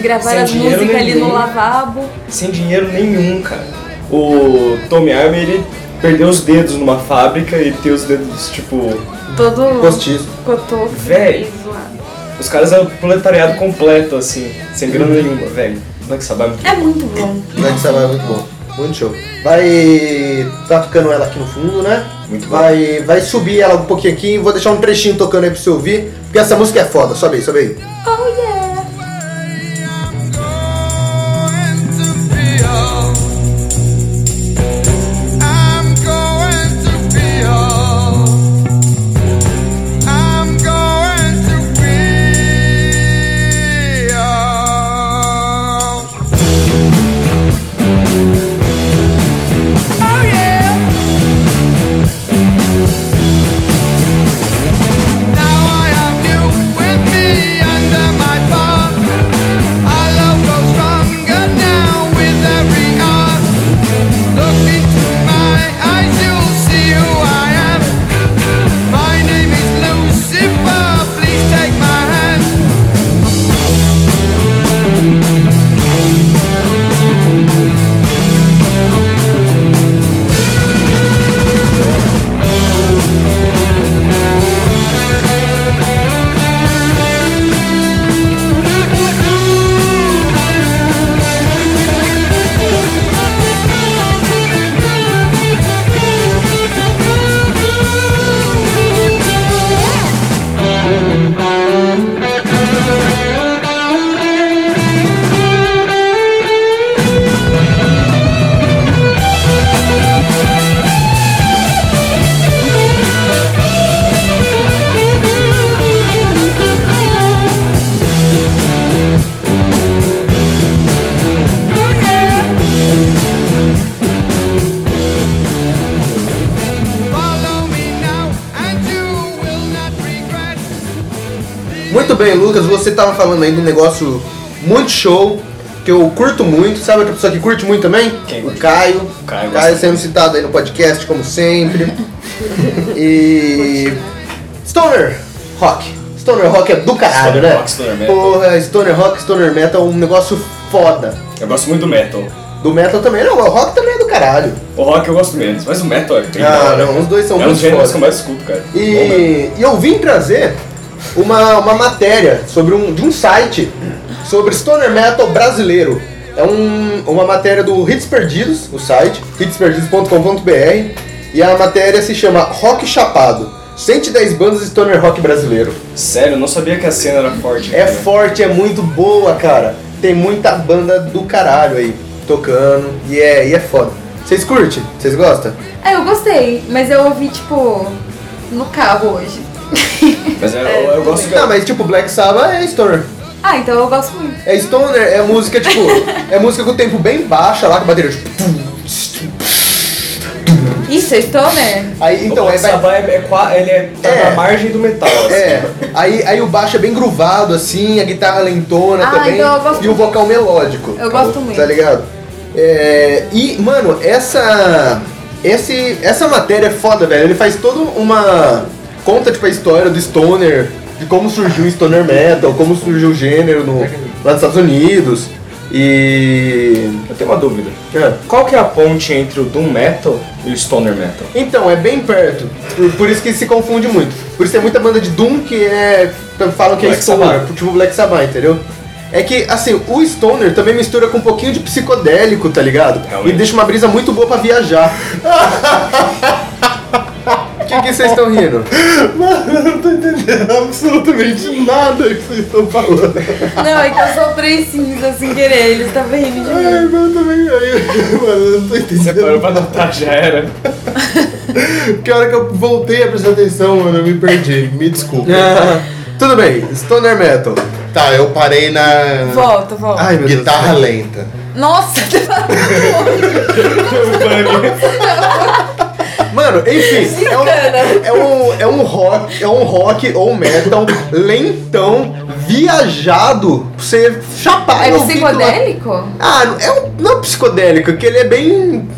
Gravar sem as dinheiro músicas ali no nenhum. lavabo. sem dinheiro nenhum, cara. O Tommy Army, ele perder os dedos numa fábrica e ter os dedos, tipo. Todo Postiço. cotoco. Véi. zoado. Os caras é o proletariado completo, assim, sem grana Uhum. nenhuma, velho. Black Sabbath é muito É muito bom. Black Sabbath é muito bom. Muito show. Vai tá tocando ela aqui no fundo, né? Muito bom. vai, vai subir ela um pouquinho aqui. Vou deixar um trechinho tocando aí pra você ouvir. Porque essa música é foda. Sobe aí, sobe aí. Oh yeah! Muito bem, Lucas, você tava falando aí de um negócio muito show, que eu curto muito. Sabe outra pessoa que curte muito também? Quem? O Caio. Caio, Caio gosto. sendo citado aí no podcast, como sempre. e. Stoner Rock. Stoner Rock é do caralho, Stoner né? rock, stoner metal. Porra, Stoner Rock, Stoner Metal é um negócio foda. Eu gosto muito do metal. Do metal também, não, o rock também é do caralho. O rock eu gosto menos, mas o metal é bem Ah, da hora, não, cara. os dois são é muito um gênero foda. que eu mais escuto, cara. Bom, né? E, e eu vim trazer uma, uma matéria sobre um, de um site sobre stoner metal brasileiro. É um, uma matéria do Hits Perdidos, o site, hitsperdidos.com.br, e a matéria se chama Rock Chapado. 110 bandas de stoner rock brasileiro. Sério, eu não sabia que a cena era forte. É cara. forte, é muito boa, cara. Tem muita banda do caralho aí tocando e é, e é foda. Vocês curtem? Vocês gostam? Ah, eu gostei, mas eu ouvi, tipo, no carro hoje. Mas é, eu, eu gosto que Não, mas tipo, Black Sabbath é stoner. ah, então eu gosto muito. É stoner, é música tipo. é música com tempo bem baixa lá, com a bateria tipo. pum. Isso, é Stoner? Aí, então, o aí Black vai. Sabbath é, é, qua- ele é, tá É. na margem do metal, assim. É, aí, aí o baixo é bem gruvado assim, a guitarra lentona Ah, também então eu gosto e o vocal melódico. Eu gosto muito. Tá ligado? É, e, mano, essa. Esse, essa matéria é foda, velho. Ele faz toda uma. Conta, tipo, a história do stoner, de como surgiu o stoner metal, como surgiu o gênero no, lá nos Estados Unidos. E. Eu tenho uma dúvida. É. Qual que é a ponte entre o Doom Metal e o Stoner Metal? Então, é bem perto. Por, por isso que se confunde muito. Por isso tem muita banda de Doom que é. falam que é Black Stoner, Sabbath. tipo Black Sabbath, entendeu? É que, assim, o Stoner também mistura com um pouquinho de psicodélico, tá ligado? Realmente. E deixa uma brisa muito boa pra viajar. O que que vocês estão rindo? Absolutamente nada que vocês estão falando. Não, é que eu soprei cinza sem querer, ele estava rindo de mim. Eu também, aí, mano, eu não tô entendendo. Você parou pra notar, já era. Que hora que eu voltei a prestar atenção, mano, eu me perdi. Me desculpa. Ah, Tudo bem, Stoner Metal. Tá, eu parei na Volta, volta. Ai, meu Deus. guitarra lenta. Nossa, Mano, enfim, é um, é, um, é um rock, é um rock ou um metal lentão, viajado, pra você chapar. é no ouvido lá. psicodélico? Ah, não- é um, não é um psicodélico, que ele é bem.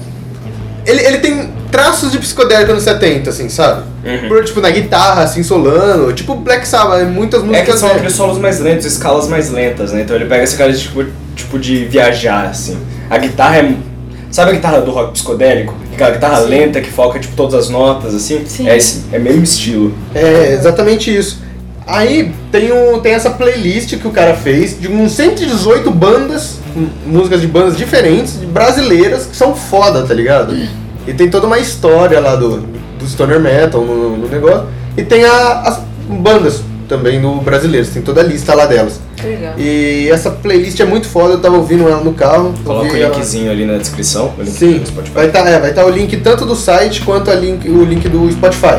Ele, ele tem traços de psicodélico nos 70, assim, sabe? Uhum. Por, tipo, na guitarra, assim, solando. Tipo Black Sabbath, muitas É músicas. que são né? aqueles solos mais lentos, escalas mais lentas, né? Então ele pega esse cara de tipo, tipo de viajar, assim. A guitarra é. Sabe a guitarra do rock psicodélico? aquela guitarra lenta que foca tipo todas as notas, assim. Sim. É esse, é mesmo estilo. É, exatamente isso. Aí tem, um, tem essa playlist que o cara fez de uns 118 bandas, m- músicas de bandas diferentes, de brasileiras, que são foda, tá ligado? E tem toda uma história lá do, do Stoner Metal no, no negócio. E tem a- as bandas também no brasileiro, tem toda a lista lá delas. Legal. E essa playlist é muito foda, eu tava ouvindo ela no carro. Coloca o ouvi ela- linkzinho ali na descrição, o link Sim, do Spotify. vai estar vai tá o link tanto do site quanto a link- o link do Spotify.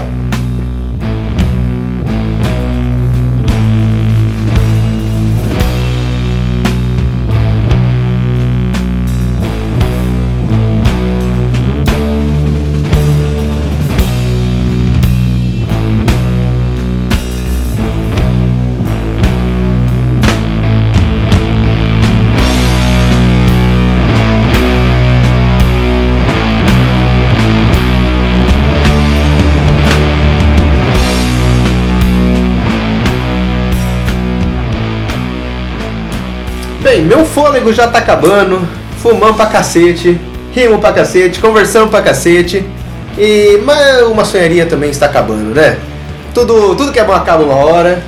Bem, meu fôlego já tá acabando, fumamos pra cacete, rimo pra cacete, conversamos pra cacete, e mas uma sonharia também está acabando, né? Tudo, tudo que é bom acaba uma hora,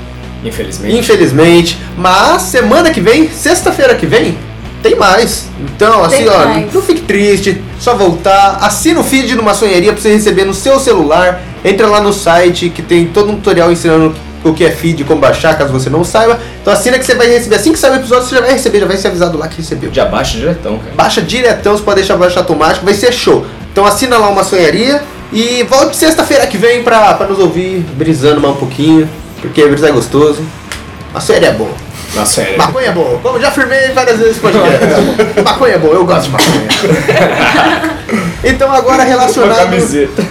Infelizmente. infelizmente, mas semana que vem, sexta-feira que vem, tem mais. Então, assim, Tem ó, mais. não fique triste, só voltar, assina o feed de uma sonharia pra você receber no seu celular, entra lá no site que tem todo um tutorial ensinando o que é feed, como baixar, caso você não saiba. Então assina que você vai receber. Assim que sair o episódio, você já vai receber, já vai ser avisado lá que recebeu. Já baixa diretão, cara. Baixa diretão, você pode deixar baixar automático, vai ser show. Então assina lá uma sonharia e volte sexta-feira que vem pra, pra nos ouvir brisando mais um pouquinho, porque brisar é gostoso. A sonharia é boa. Na série. Maconha é boa. Como já afirmei várias vezes no podcast. maconha é boa, eu gosto de maconha. então agora Uma relacionado. camiseta.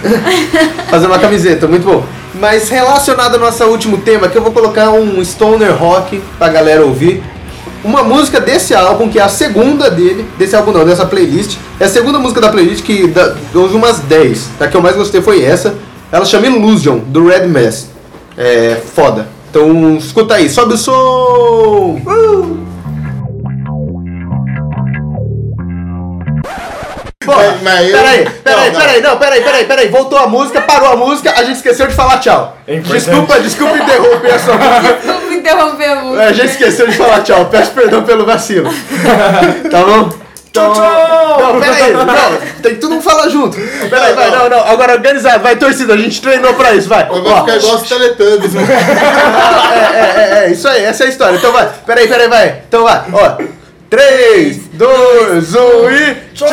Fazer uma camiseta, muito bom. Mas relacionado ao nosso último tema, que eu vou colocar um stoner rock pra galera ouvir. Uma música desse álbum, que é a segunda dele, desse álbum não, dessa playlist. É a segunda música da playlist que dá, eu ouvi umas 10. A que eu mais gostei foi essa. Ela chama Illusion, do Red Mass. É foda. Então escuta aí, sobe o som! Uh! Porra, Mas- mas eu- peraí, peraí, Não, não. peraí, não, peraí, peraí, peraí. Voltou a música, parou a música, a gente esqueceu de falar tchau. É importante. desculpa, desculpa interromper a sua música. Não me interrompeu muito. A gente esqueceu de falar tchau. Peço perdão pelo vacilo. tá bom? Então... Não, peraí, não, tem que todo mundo falar junto. Peraí, vai, não, não, agora organizado, vai torcida, a gente treinou pra isso, vai. Eu vou Ó. ficar igual os Teletubbies, mano. É, é, é, é, isso aí, essa é a história. Então vai, peraí, peraí, vai. Então vai, ó. 3, 2, 1 e tchau!